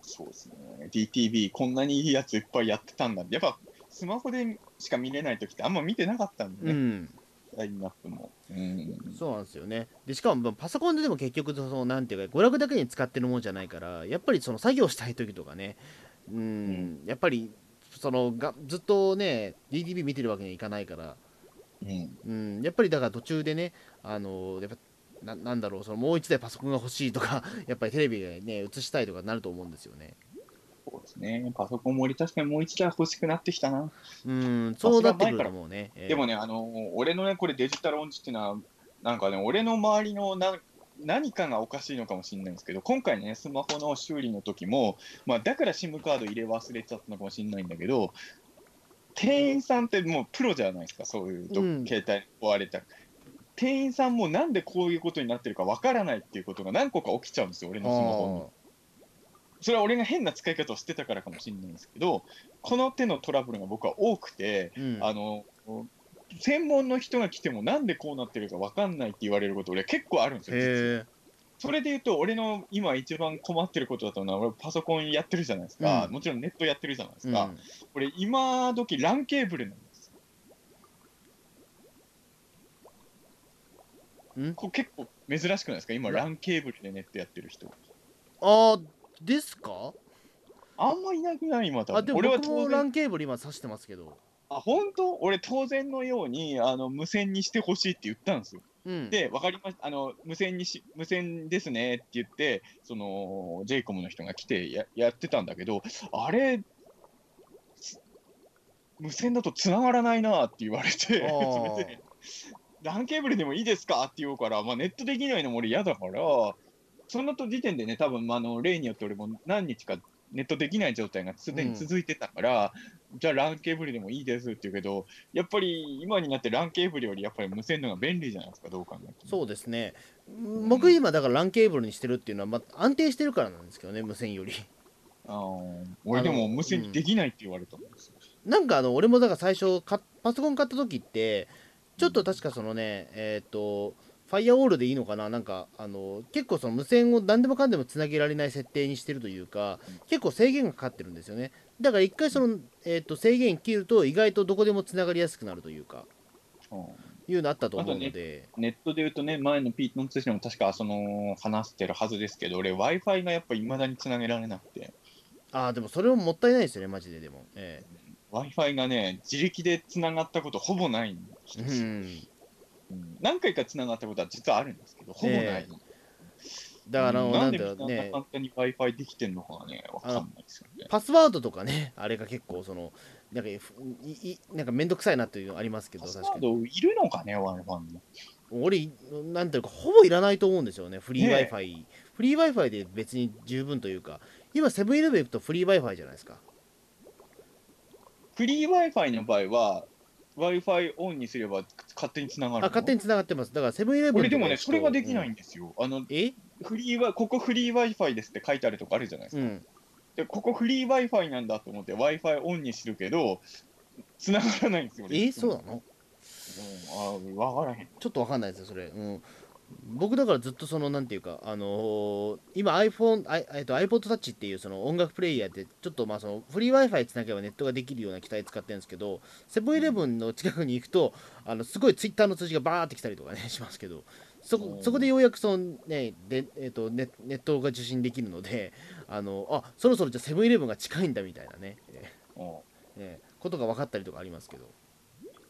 そうですね。DTV、こんなにいいやついっぱいやってたんだ。やっぱ、スマホでしか見れない時ってあんま見てなかったんうでね、んラインナップも。うん。そうなんですよねでしかもまあパソコンででも結局そのなんていうか娯楽だけに使ってるもんじゃないからやっぱりその作業したい時とかねうん、やっぱりそのがずっとね DTV 見てるわけにはいかないからうん。うん、やっぱりだから途中でね、あのやっぱななんだろうそのもう一台パソコンが欲しいとか (laughs) やっぱりテレビでね映したいとかなると思うんですよね。そうですね。パソコンも俺確かにもう一台欲しくなってきたな。うんそうなってくると思うね。ええでもね、あの俺のね、これデジタル音痴っていうのは、なんかね、俺の周りのな何かがおかしいのかもしれないんですけど、今回ね、スマホの修理の時も、まあ、だから SIM カード入れ忘れちゃったのかもしれないんだけど、店員さんってもうプロじゃないですか、そういうど、うん携帯追われた。店員さんもなんでこういうことになってるかわからないっていうことが何個か起きちゃうんですよ、俺のスマホに。それは俺が変な使い方をしてたからかもしれないんですけど、この手のトラブルが僕は多くて、あーうんあの専門の人が来てもなんでこうなってるか分かんないって言われること俺結構あるんですよ実はへえそれで言うと俺の今一番困ってることだとのは俺パソコンやってるじゃないですか、うんもちろんネットやってるじゃないでうすんか、俺今時 LAN ケーブルなんですんこう結構珍しくないですか今ラ LAN ケーブルでネットやってる人あーですかあんまいなくない今多分あでも俺は僕も当ラ然ンケーブル今挿してますけど。あ本当俺当然のようにあの無線にしてほしいって言ったんですようん、で、わかりました、あの無線にし無線ですねって言って、その j イコムの人が来てややってたんだけど、あれ、つ無線だと繋がらないなって言われて、あ (laughs) ー (laughs) 別に LAN ケーブルでもいいですかって言うから、まあ、ネットできないのも俺嫌だから、その時点でね、多分まああの例によって俺も何日かネットできない状態がすでに続いてたから、じゃあ LAN ケーブルでもいいですって言うけど、やっぱり今になって LAN ケーブルよりやっぱり無線の方が便利じゃないですか、どう考えても。そうですね。僕今だからランケーブルにしてるっていうのは、まあ、安定してるからなんですけどね無線より。 (laughs) あー俺でも無線にできないって言われたんですよ。なんかあの俺もだから最初かパソコン買った時ってちょっと確かそのねえっ、とファイアウォールでいいのかななんかあの結構その無線を何でもかんでもつなげられない設定にしてるというか結構制限がかかってるんですよねだから一回その、えー、と制限切ると意外とどこでもつながりやすくなるというかうんいいうのあったと思うので、ネットで言うとね、前のピートン通信も確かその話してるはずですけど、俺、Wi-Fi がやっぱいまだにつなげられなくて、ああ、でもそれももったいないですよね、マジで、でも。え Wi-Fi がね、自力でつながったことほぼないんでえすようん。うん何回かつながったことは実はあるんですけど、ほぼないの。えだから、あうのんななんんでだろみうんなね、簡単に Wi-Fi できてんのかがね、わかんないですよね。パスワードとかね、あれが結構、その、なんか、ふいいなんかめんどくさいなというのありますけど、パス確ワかーに。ドいるのかね、Wi-Fi に。俺、なんていうか、ほぼいらないと思うんですよね、フリーねえ Wi-Fi。フリー Wi-Fi で別に十分というか、今、セブンイレブン行くとフリー Wi-Fi じゃないですか。フリー Wi-Fi の場合は、Wi-Fi オンにすれば勝手につながあ、るの。勝手に繋がってます。だから、セブンイレブン俺でもね、それができないうんんですよ。あの、えフリーワここフリー Wi-Fi ですって書いてあるとこあるじゃないですうか。ん。で、ここフリー Wi-Fi なんだと思って Wi-Fi オンにするけど、繋がらないんですよ。えそうなのうん、あーわからへん。ちょっとわかんないですよ、それ。うん、僕だからずっとその、なんていうか、あのー今 iPhone、I えっと iPod Touch っていうその音楽プレイヤーで、ちょっとまあそのフリー Wi-Fi つなげばネットができるような機体使ってるんですけど、セブンイレブンの近くに行くと、あのすごい Twitter の通知がバーって来たりとかね、しますけど、そこそこでようやくその、ねでえっとネネットが受信できるので、あのあそろそろじゃあセブンイレブンが近いんだみたいなね、えうんえことが分かったりとかありますけど。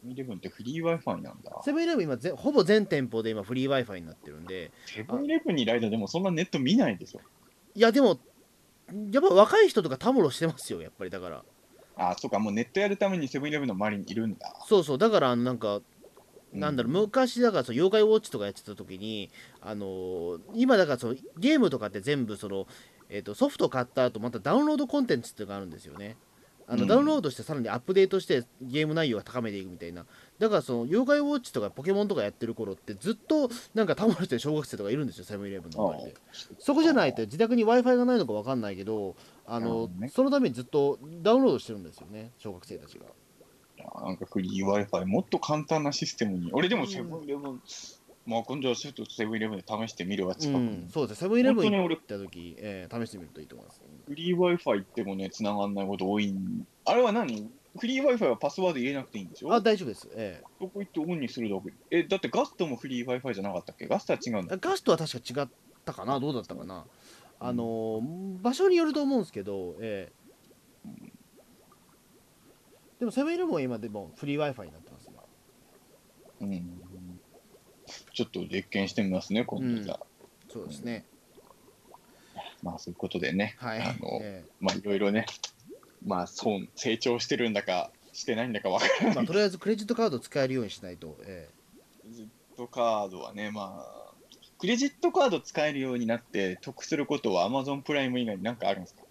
11ってフリー Wi-Fi なんだ。セブンイレブン今ぜほぼ全店舗で今フリー Wi-Fi になってるんで、セブンイレブンにいる間でもそんなネット見ないでしょ。いやでもやっぱ若い人とかたむろしてますよやっぱりだからあ、そうか、もうネットやるためにセブンイレブンの周りにいるんだ。そうそうだからあのなんか、うんなんだろう昔だからその妖怪ウォッチとかやってた時にあのー今だからそのゲームとかって全部その、えー、とソフト買った後またダウンロードコンテンツっていうのがあるんですよねあの、うんダウンロードしてさらにアップデートしてゲーム内容を高めていくみたいなだからその妖怪ウォッチとかポケモンとかやってる頃ってずっとなんかたむろしてる小学生とかいるんですよセブンイレブンの周りでそこじゃないと自宅に w i f i がないのか分かんないけどあなるのほどねそのためにずっとダウンロードしてるんですよね小学生たちがなんかフリー Wi-Fi、もっと簡単なシステムに。俺でもセブンイレブン、まあ今度はちょっとセブンイレブンで試してみるわ、う近くに。んそうですセブンイレブン本当に行俺った時、えー試してみるといいと思いますフリー Wi-Fi 行ってもね、繋がんないこと多いんあれは何フリー Wi-Fi はパスワード入れなくていいんでしょあ大丈夫です、えどこ行ってオンにするだけ。え、だってガストもフリー Wi-Fi じゃなかったっけガストは違うんだ。ーガストは確か違ったかなどうだったかなあのー場所によると思うんですけど、えーでもセブンイレブンは今でもフリー w i f i になってますようん。ちょっと実験してみますね、今度じゃあ。そうですねまあそういうことでね。はい、あのえまあいろいろね、まあそう成長してるんだかしてないんだか分かーまあ、とりあえずクレジットカード使えるようにしないと、えらない。クレジットカードはね、まあ、クレジットカード使えるようになって得することは Amazon プライム以外に何かあるんですか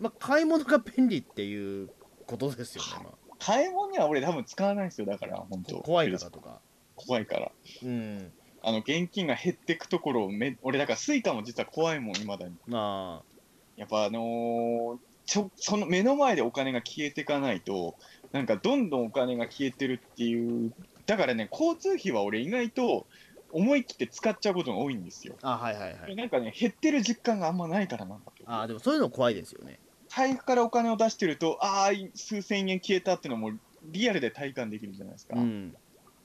ーまあ、買い物が便利っていうことですよね、まあ買い物には俺多分使わないですよ、だから本当。こ怖いからとか。怖いから。うん。あの現金が減ってくところをめ、俺だからスイカも実は怖いもん、未だに。まやっぱあのーちょその目の前でお金が消えていかないと、なんかどんどんお金が消えてるっていう、だからね、交通費は俺、意外と思い切って使っちゃうことが多いんですよ。あ、あはいはいはい。なんかね、減ってる実感があんまないからなんだけど、あでもそういうの怖いですよね。財布からお金を出してると、ああ、数千円消えたっていうのもリアルで体感できるじゃないですか。うん。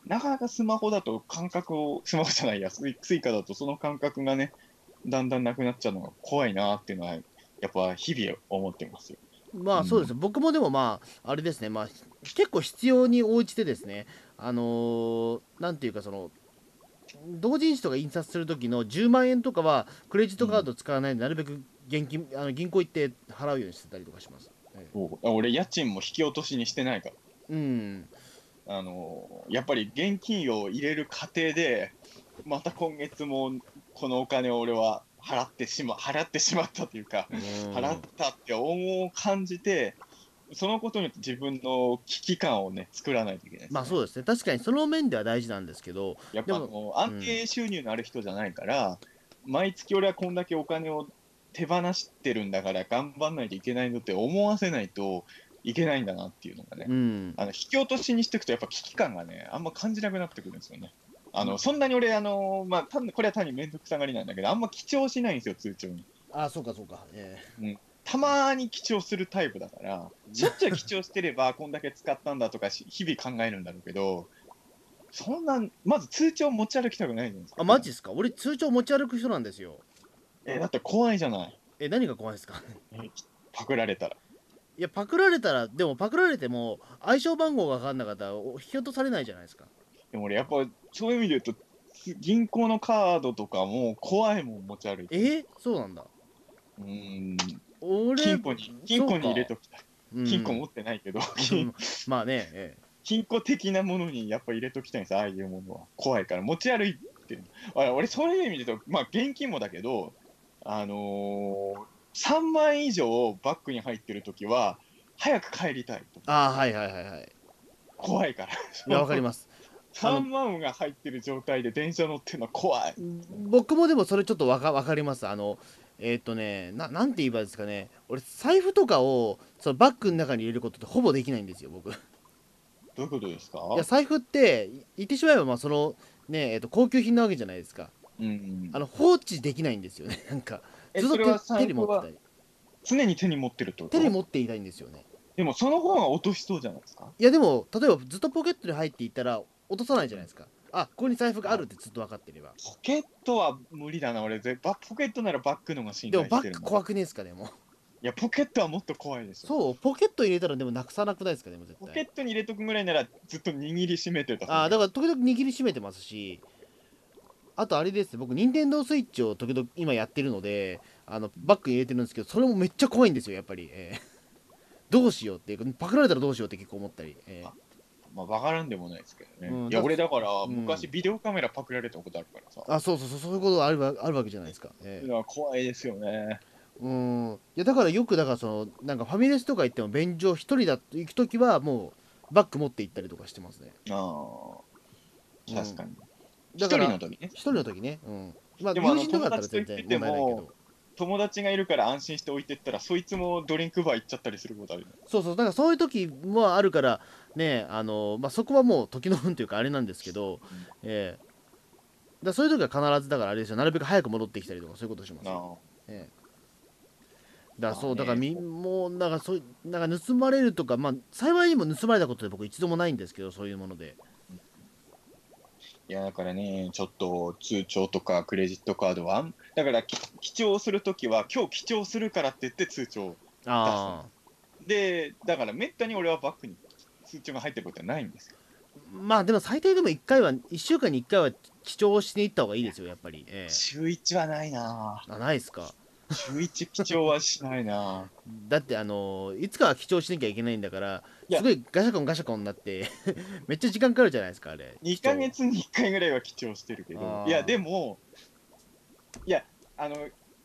なかなかスマホだと感覚を、スマホじゃないや、スイスイカだとその感覚がね、だんだんなくなっちゃうのが怖いなっていうのは、やっぱ日々思ってますよ。まあそうです。僕もでもまあ、あれですね、まあ、結構必要に応じてですね、あのーなんていうかその、同人誌とか印刷する時の10万円とかはクレジットカード使わないで、なるべく現金あの銀行行って払うようにしてたりとかします。そう俺、家賃も引き落としにしてないかうん。ら、あのーやっぱり現金を入れる過程で、また今月もこのお金を俺は払ってしま払ってしまったというか、払ったって恩を感じて、そのことによって自分の危機感をね、作らないといけないですね、まあそうですね。確かにその面では大事なんですけど、やっぱあでの安定収入のある人じゃないから、毎月俺はこんだけお金を手放してるんだから、頑張んないといけないのって思わせないといけないんだなっていうのがね。うん。あの引き落としにしていくと、やっぱ危機感がね、あんま感じなくなってくるんですよね。あのそんなに俺、あのまあ、単これは単に面倒くさがりなんだけど、あんま記帳しないんですよ、通帳に。あ、そうかそうか。えたまーに記帳するタイプだから、しょっちゅう記帳してれば、こんだけ使ったんだとかし、日々考えるんだろうけど、そんな、まず通帳持ち歩きたくないじゃないですか。あマジですか俺通帳持ち歩く人なんですよえ、だって怖いじゃない。え何が怖いですかパクられたら。いやパクられたらでもパクられても暗証番号が分かんなかったらお引き落とされないじゃないですかでも俺、やっぱ、そういう意味で言うと、つ銀行のカードとかも怖いもん持ち歩いて。えそうなんだうーん。俺金庫に、金庫に入れときたい。うん金庫持ってないけど、う金ん (laughs) まあね、ええ金庫的なものにやっぱ入れときたいんですああいうものは怖いから持ち歩いてるあ俺そういう意味で言うとまあ現金もだけどあのー、3万円以上バッグに入ってる時は早く帰りたいとああはいはいはいはい怖いからいやわか (laughs) りますあの3万が入ってる状態で電車乗ってるのは怖い (laughs) 僕もでもそれちょっとわかわかりますあのえーっ、とねななんて言えばいいですかね俺財布とかをそのバッグの中に入れることってほぼできないんですよ僕いどういうことですかや財布ってい言ってしまえばまあそのねえーっ、と高級品なわけじゃないですかうんあの放置できないんですよねなんかえずっそとれは手手に財布持っはてたり常に手に持ってるってこと手に持っていたいんですよねでもその方が落としそうじゃないですかいやでも例えばずっとポケットに入っていったら落とさないじゃないですかあここに財布があるってずっと分かってればポケットは無理だな俺ぜバポケットならバッグの方が信でも頼バしてッるグもん怖くねえですかでもいや、ポケットはもっと怖いでしょ。そうポケット入れたらでもなくさなくないですかでも絶ポケ対ットに入れとくぐらいなら、ずっと握りしめてた。ああだから時々握りしめてますしあとあれです僕任天堂スイッチを時々今やってるのであのバッグに入れてるんですけどそれもめっちゃ怖いんですよやっぱり、えー (laughs) どうしようっていうかパクられたらどうしようって結構思ったり、えーあまあ、わからんでもないですけどね。うんいや、俺だから、うん昔ビデオカメラパクられたことあるからさ。あそうそうそうそういうことがあるわあるわけじゃないですか、えいや怖いですよね。ーうんいやだからよくだからそのなんかファミレスとか行っても便所一人だと行く時はもうバッグ持って行ったりとかしてますねああ、確かに。一、だか人らの時ね。一人の時ねうんまあでもあ友の人とかだったら全然問題ないけ友達と行っててど友達がいるから安心して置いてったら、そいつもドリンクバー行っちゃったりすることあるよね。そうそうだからそういう時もあるからねあの、まあ、そこはもう時の運というかあれなんですけど、ええだからそういう時は必ずだからあれですよなるべく早く戻ってきたりとかそういうことしますよあええだからそうまだあねからみもうなんかそうなんか盗まれるとかまあ幸いにも盗まれたことで僕一度もないんですけどそういうものでいやだからね、ちょっと通帳とかクレジットカードは、だからき記帳するときは、今日記帳するからって言って通帳ああで、だからめったに俺はバッグに通帳が入ってることはないんですよ。まあでも最低でも1回は1週間に1回は記帳しに行った方がいいですよやっぱり、ええ週1はないなあないですかぁ週1貴重はしないなぁだってあのーいつかは記帳しなきゃいけないんだからいやすごいガシャコンガシャコンになって (laughs) めっちゃ時間かかるじゃないですかあれ2ヶ月に1回ぐらいは貴重してるけどあ、ーいや、でも、いや、あの、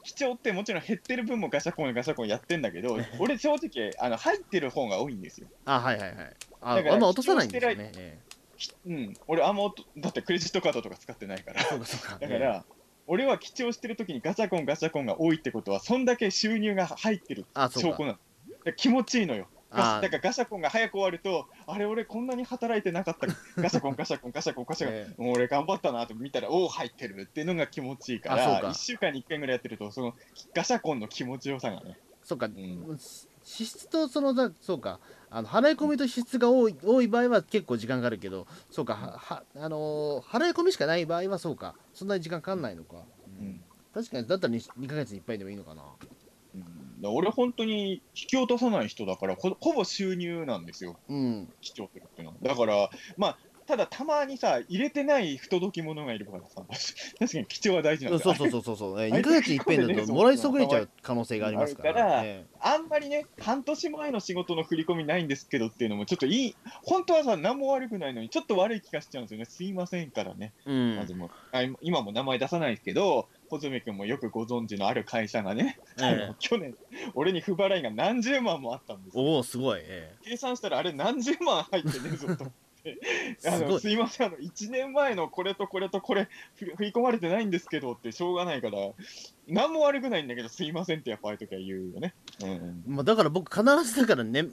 貴重ってもちろん減ってる分もガシャコンガシャコンやってん (laughs) だけど、俺正直、あの、入ってる方が多いんですよ。あはいはいはいあだからあんま落とさないんですよね、えきうん、俺あんま音、だってクレジットカードとか使ってないからえ。そうかそうかだかええら、俺は貴重してる時にガシャコンガシャコンが多いってことは、そんだけ収入が入ってるあそう証か拠なの。だから気持ちいいのよ。あガシだからガシャコンが早く終わると、あれ、俺こんなに働いてなか (laughs) った、ガシャコン、ガシャコン、ガシャコン、ガシャコン、ええもう俺頑張ったなと見たら、おお、入ってるっていうのが気持ちいいかあそら、うか1週間に1回ぐらいやってると、そのガシャコンの気持ちよさがね、そうか、んし支出とそのだそうかあの払い込みと支出が多い多い場合は結構時間かかるけどそうかははあのー払い込みしかない場合はそうかそんなに時間かかんないのか、うん確かにだったら 2, 二ヶ月に1回でもいいのかなうん、だから俺、本当に引き落とさない人だからほ、ほぼ収入なんですよ、うん貴重っていうのは。だから、まあ、ただたまにさ、入れてない不届き者がいるからさ、 (laughs) 確かに貴重は大事なんそうだよ。そうそうそうそう、えあ2れヶ月に一遍だともらいそぐれちゃう可能性がありますから,、あるからええあんまりね、半年前の仕事の振り込みないんですけどっていうのも、ちょっといい、本当はさ、何も悪くないのに、ちょっと悪い気がしちゃうんですよね、すいませんからね、うんまずもうあ今今も名前出さないですけど、穂積君もよくご存知のある会社がね、あのええ去年、俺に不払いが何十万もあったんですよ。おおすごい、え計算したら、あれ、何十万入ってねえぞと。えあすごのいすいませんあの、1年前のこれとこれとこれ、ふ振り込まれてないんですけどって、しょうがないから、何も悪くないんだけど、すいませんって、やっぱああいう時は言うよね。うんうんまあ、だから僕必ずだからね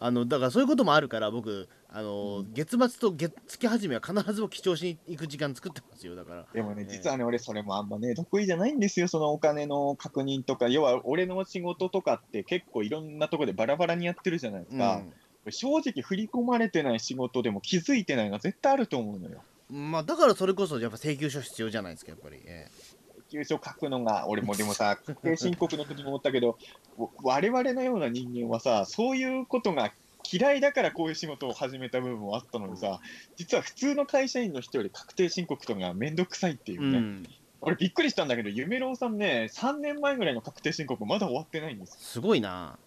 あのだからそういうこともあるから僕あの、うん月末と月月始めは必ず記帳しに行く時間作ってますよだからでもねえ、え実はね、俺、それもあんまね、得意じゃないんですよ、そのお金の確認とか、要は俺の仕事とかって、結構いろんなとこでバラバラにやってるじゃないですか、うん正直、振り込まれてない仕事でも気づいてないのは絶対あると思うのよ。まあだからそれこそやっぱ請求書必要じゃないですかやっぱり、え急所書くのが、俺もでもさ、確定申告の時も思ったけど、わ我々のような人間はさ、そういうことが嫌いだからこういう仕事を始めた部分もあったのにさ、実は普通の会社員の人より確定申告とかがめんどくさいっていえううね。ん俺びっくりしたんだけど、夢郎さんね、3年前ぐらいの確定申告まだ終わってないんですよ。すごいな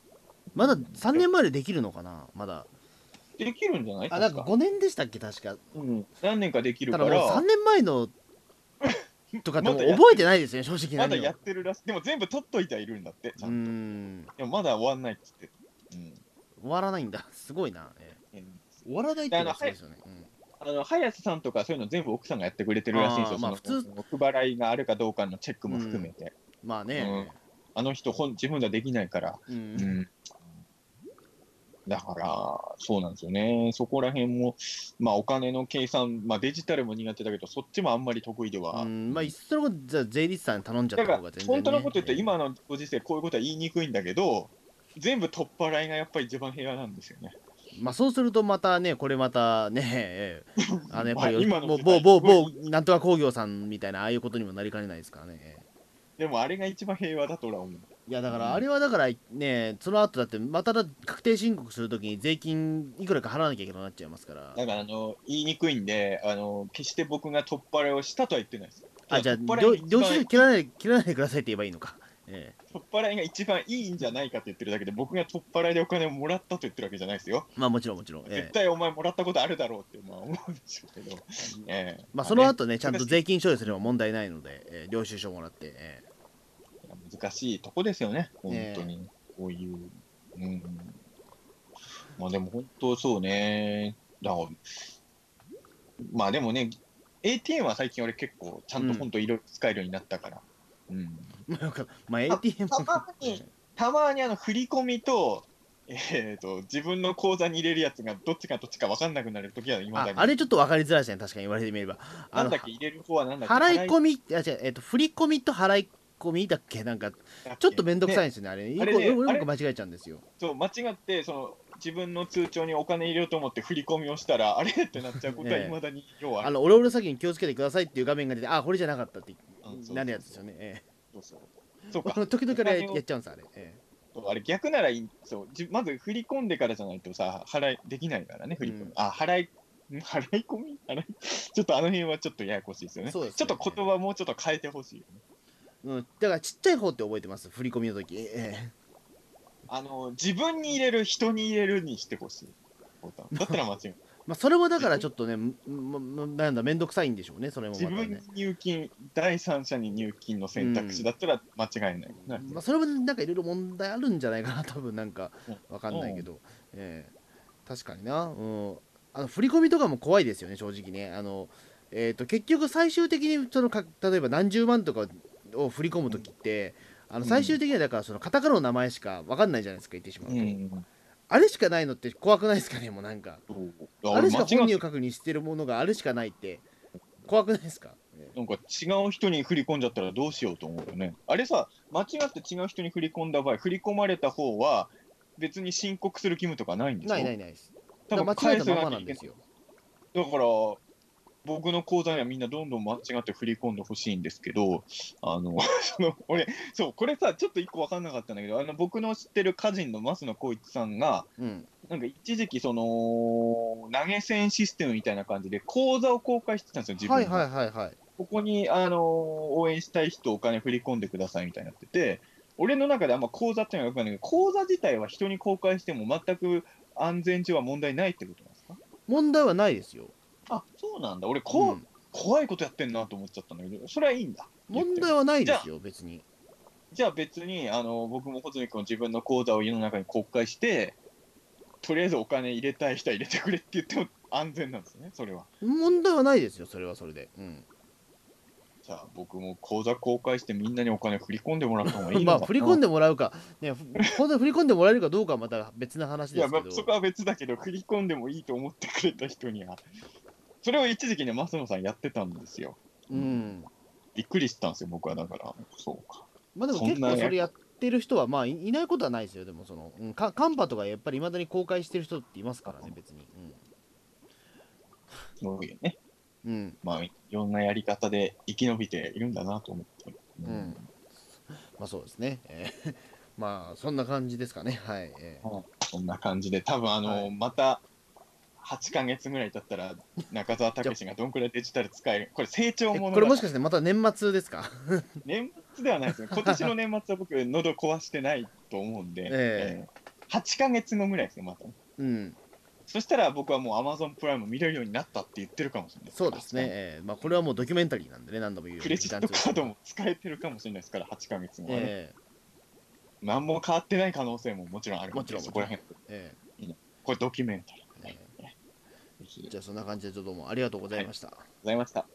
まだ3年前でできるのかなまだできるんじゃないあなん確かか5年でしたっけ確かうん、何年かできるたかだもう3ら、年前 (laughs) のとかってもまうだやっ覚えてないですね正直まなだやってるらしい。でも全部取っといてはいるんだって、ちゃうんと。んでもまだ終わんないっつって。うん終わらないんだすごいな、えええー終わらないっていうのはすごいですよね、うんあの早瀬さんとかそういうの全部奥さんがやってくれてるらしいんですよ、あーまあその奥払いがあるかどうかのチェックも含めて、まあね、あの人本、自分じゃできないから、うんうんだから、そうなんですよね、そこら辺も、まあ、お金の計算、まあ、デジタルも苦手だけど、そっちもあんまり得意では。うんまあいっそのことじゃあ税理士さんに頼んじゃっだたか方が全ら、然、ね、本当のこと言って、今のご時世、こういうことは言いにくいんだけど、全部取っ払いがやっぱり一番平和なんですよね。まあそうするとまたねこれまたね (laughs) ええあのやっぱりまあ今のもう時某代某すごい某なんとか工業さんみたいなああいうことにもなりかねないですからねええでも、あれが一番平和だと俺は思う。いやだかうらんあれはだからねその後だってまただ確定申告するときに税金いくらか払わなきゃいけなくなっちゃいますからだからあの言いにくいんであの、決して僕が取っ払いをしたとは言ってないです。あじゃあ取っ払領いが一領番収書切らない切らないでくださいって言えばいいのかええ取っ払いが一番いいんじゃないかって言ってるだけで、僕が取っ払いでお金をもらったと言ってるわけじゃないですよ。まあもちろんもちろんえ絶え対お前もらったことあるだろうってまあ思うんでしょうけど、ええまあそのね後ねちゃんと税金処理すれば問題ないのでええ領収書もらってえ (laughs) え難しいとこですよね、本ね当に、こういう。うん、まあでも本当そうね、だからまあでもね、ATM は最近俺結構ちゃんと本当いろいろ使えるようになったから。うんまあよかったまあ ATM たまにええたまにあの振り込みと,、えー、と自分の口座に入れるやつがどっちかどっちか分かんなくなるときは今あだにあれちょっと分かりづらいですね確かに言われてみればあなんのだっけ入れる方はなんだっけ払い込みあ違う、えっと振り込みと払い込みだっけなんかちょっと面倒くさいいんですよねあれあれねよくあよれく間違えちゃうんですよそう間違ってその自分の通帳にお金入れようと思って振り込みをしたらあれってなっちゃうことは (laughs) ええいまだに要はあある、のオレオレ詐欺に気をつけてくださいっていう画面が出てあこれじゃなかったってうんそうなるやつですよねえそうそうそうえか時々あおれ金をやっちゃうんですあれええそうあれ逆ならいいそうじまず振り込んでからじゃないとさ払いできないからね振り込み、うんあ払い (laughs) ん払い込み払い (laughs) ちょっとあの辺はちょっとややこしいですよねそうですねちょっと言葉もうちょっと変えてほしいよねうん、だからちっちゃい方って覚えてます振り込みの時えあの自分に入れる人に入れるにしてほしいボタンだったら間違いないえまあそれもだからちょっとねむむむなんだ面倒くさいんでしょうね (laughs) それも自また分にね入金第三者に入金の選択肢だったら間違いない、なまあそれもなんかいろいろ問題あるんじゃないかな多分なんかわかんないけど、ええ確かにな、うん、あの振り込みとかも怖いですよね正直ねあの、えー、と結局最終的にそのか例えば何十万とかを振り込む時って、あのうん最終的にはだからそのカタカナの名前しかわかんないじゃないですか言ってしまううと、んあれしかないのって怖くないですかねもうなんかそうあ俺れ間し違かって本人を確認してるものがあれしかないって怖くないですか、ええなんか違う人に振り込んじゃったらどうしようと思うよねあれさ間違って違う人に振り込んだ場合振り込まれた方は別に申告する義務とかないんでしょないないないです多だから間違分え返たすままわなけんにいけでなすいよだから僕の口座にはみんなどんどん間違って振り込んでほしいんですけど、あの (laughs) その俺、そう、これさ、ちょっと一個分かんなかったんだけど、あの僕の知ってる歌人の増野浩一さんが、うんなんか一時期、その投げ銭システムみたいな感じで、口座を公開してたんですよ、自分はいのはいはいはいここに、あの応援したい人、お金振り込んでくださいみたいになってて、俺の中であんま口座っていうのはよくわかんないけど、口座自体は人に公開しても全く安全上は問題ないってことなんですか問題はないですよ、あそうなんだ、俺こう、うん怖いことやってんなと思っちゃったんだけど、それはいいんだ。問題はないですよ別にじゃあ別に、あの、僕も穂積君の自分の口座を家の中に公開して、とりあえずお金入れたい人は入れてくれって言っても安全なんですね、それは。問題はないですよそれはそれで、うん、じゃあ僕も口座公開してみんなにお金振り込んでもらった方がいいの (laughs) まかあ振り込んでもらうかねふ (laughs) 本当に振り込んでもらえるかどうかはまた別な話いでや、すまけあ、そこどは別だけど、振り込んでもいいと思ってくれた人には。それを一時期ね、増野さんやってたんですよ。うんびっくりしたんですよ、僕はだから。そうか。まあでもそんな結構それやってる人はまあいいないことはないですよでもその、うん、かカンパとかやっぱりいまだに公開してる人っていますからね別に、うんそういうね。うんまあ、いろんなやり方で生き延びているんだなと思って。うん、まあそうですね、えー (laughs) まあそんな感じですかねはい、えーそんな感じで、多分あの、はいまた8ヶ月ぐらい経ったら、中澤武史がどんくらいデジタル使える、これ成長えものこれもしかしてまた年末ですか年末ではないですね、今年の年末は僕、喉壊してないと思うんで、え8ヶ月後ぐらいですね、また。うんそしたら僕はもう Amazon プライム見れるようになったって言ってるかもしれないそうですね、。えーまあこれはもうドキュメンタリーなんでね何度も言うようにクレジットカード時間も使えてるかもしれないですから、8ヶ月通後信はね。え何も変わってない可能性ももちろんあるのでもちろんそこら辺、ーえこれドキュメンタリー。ーえぜひーありがとうじゃあそんな感じでちょっとどうもありがとうございました、ございました。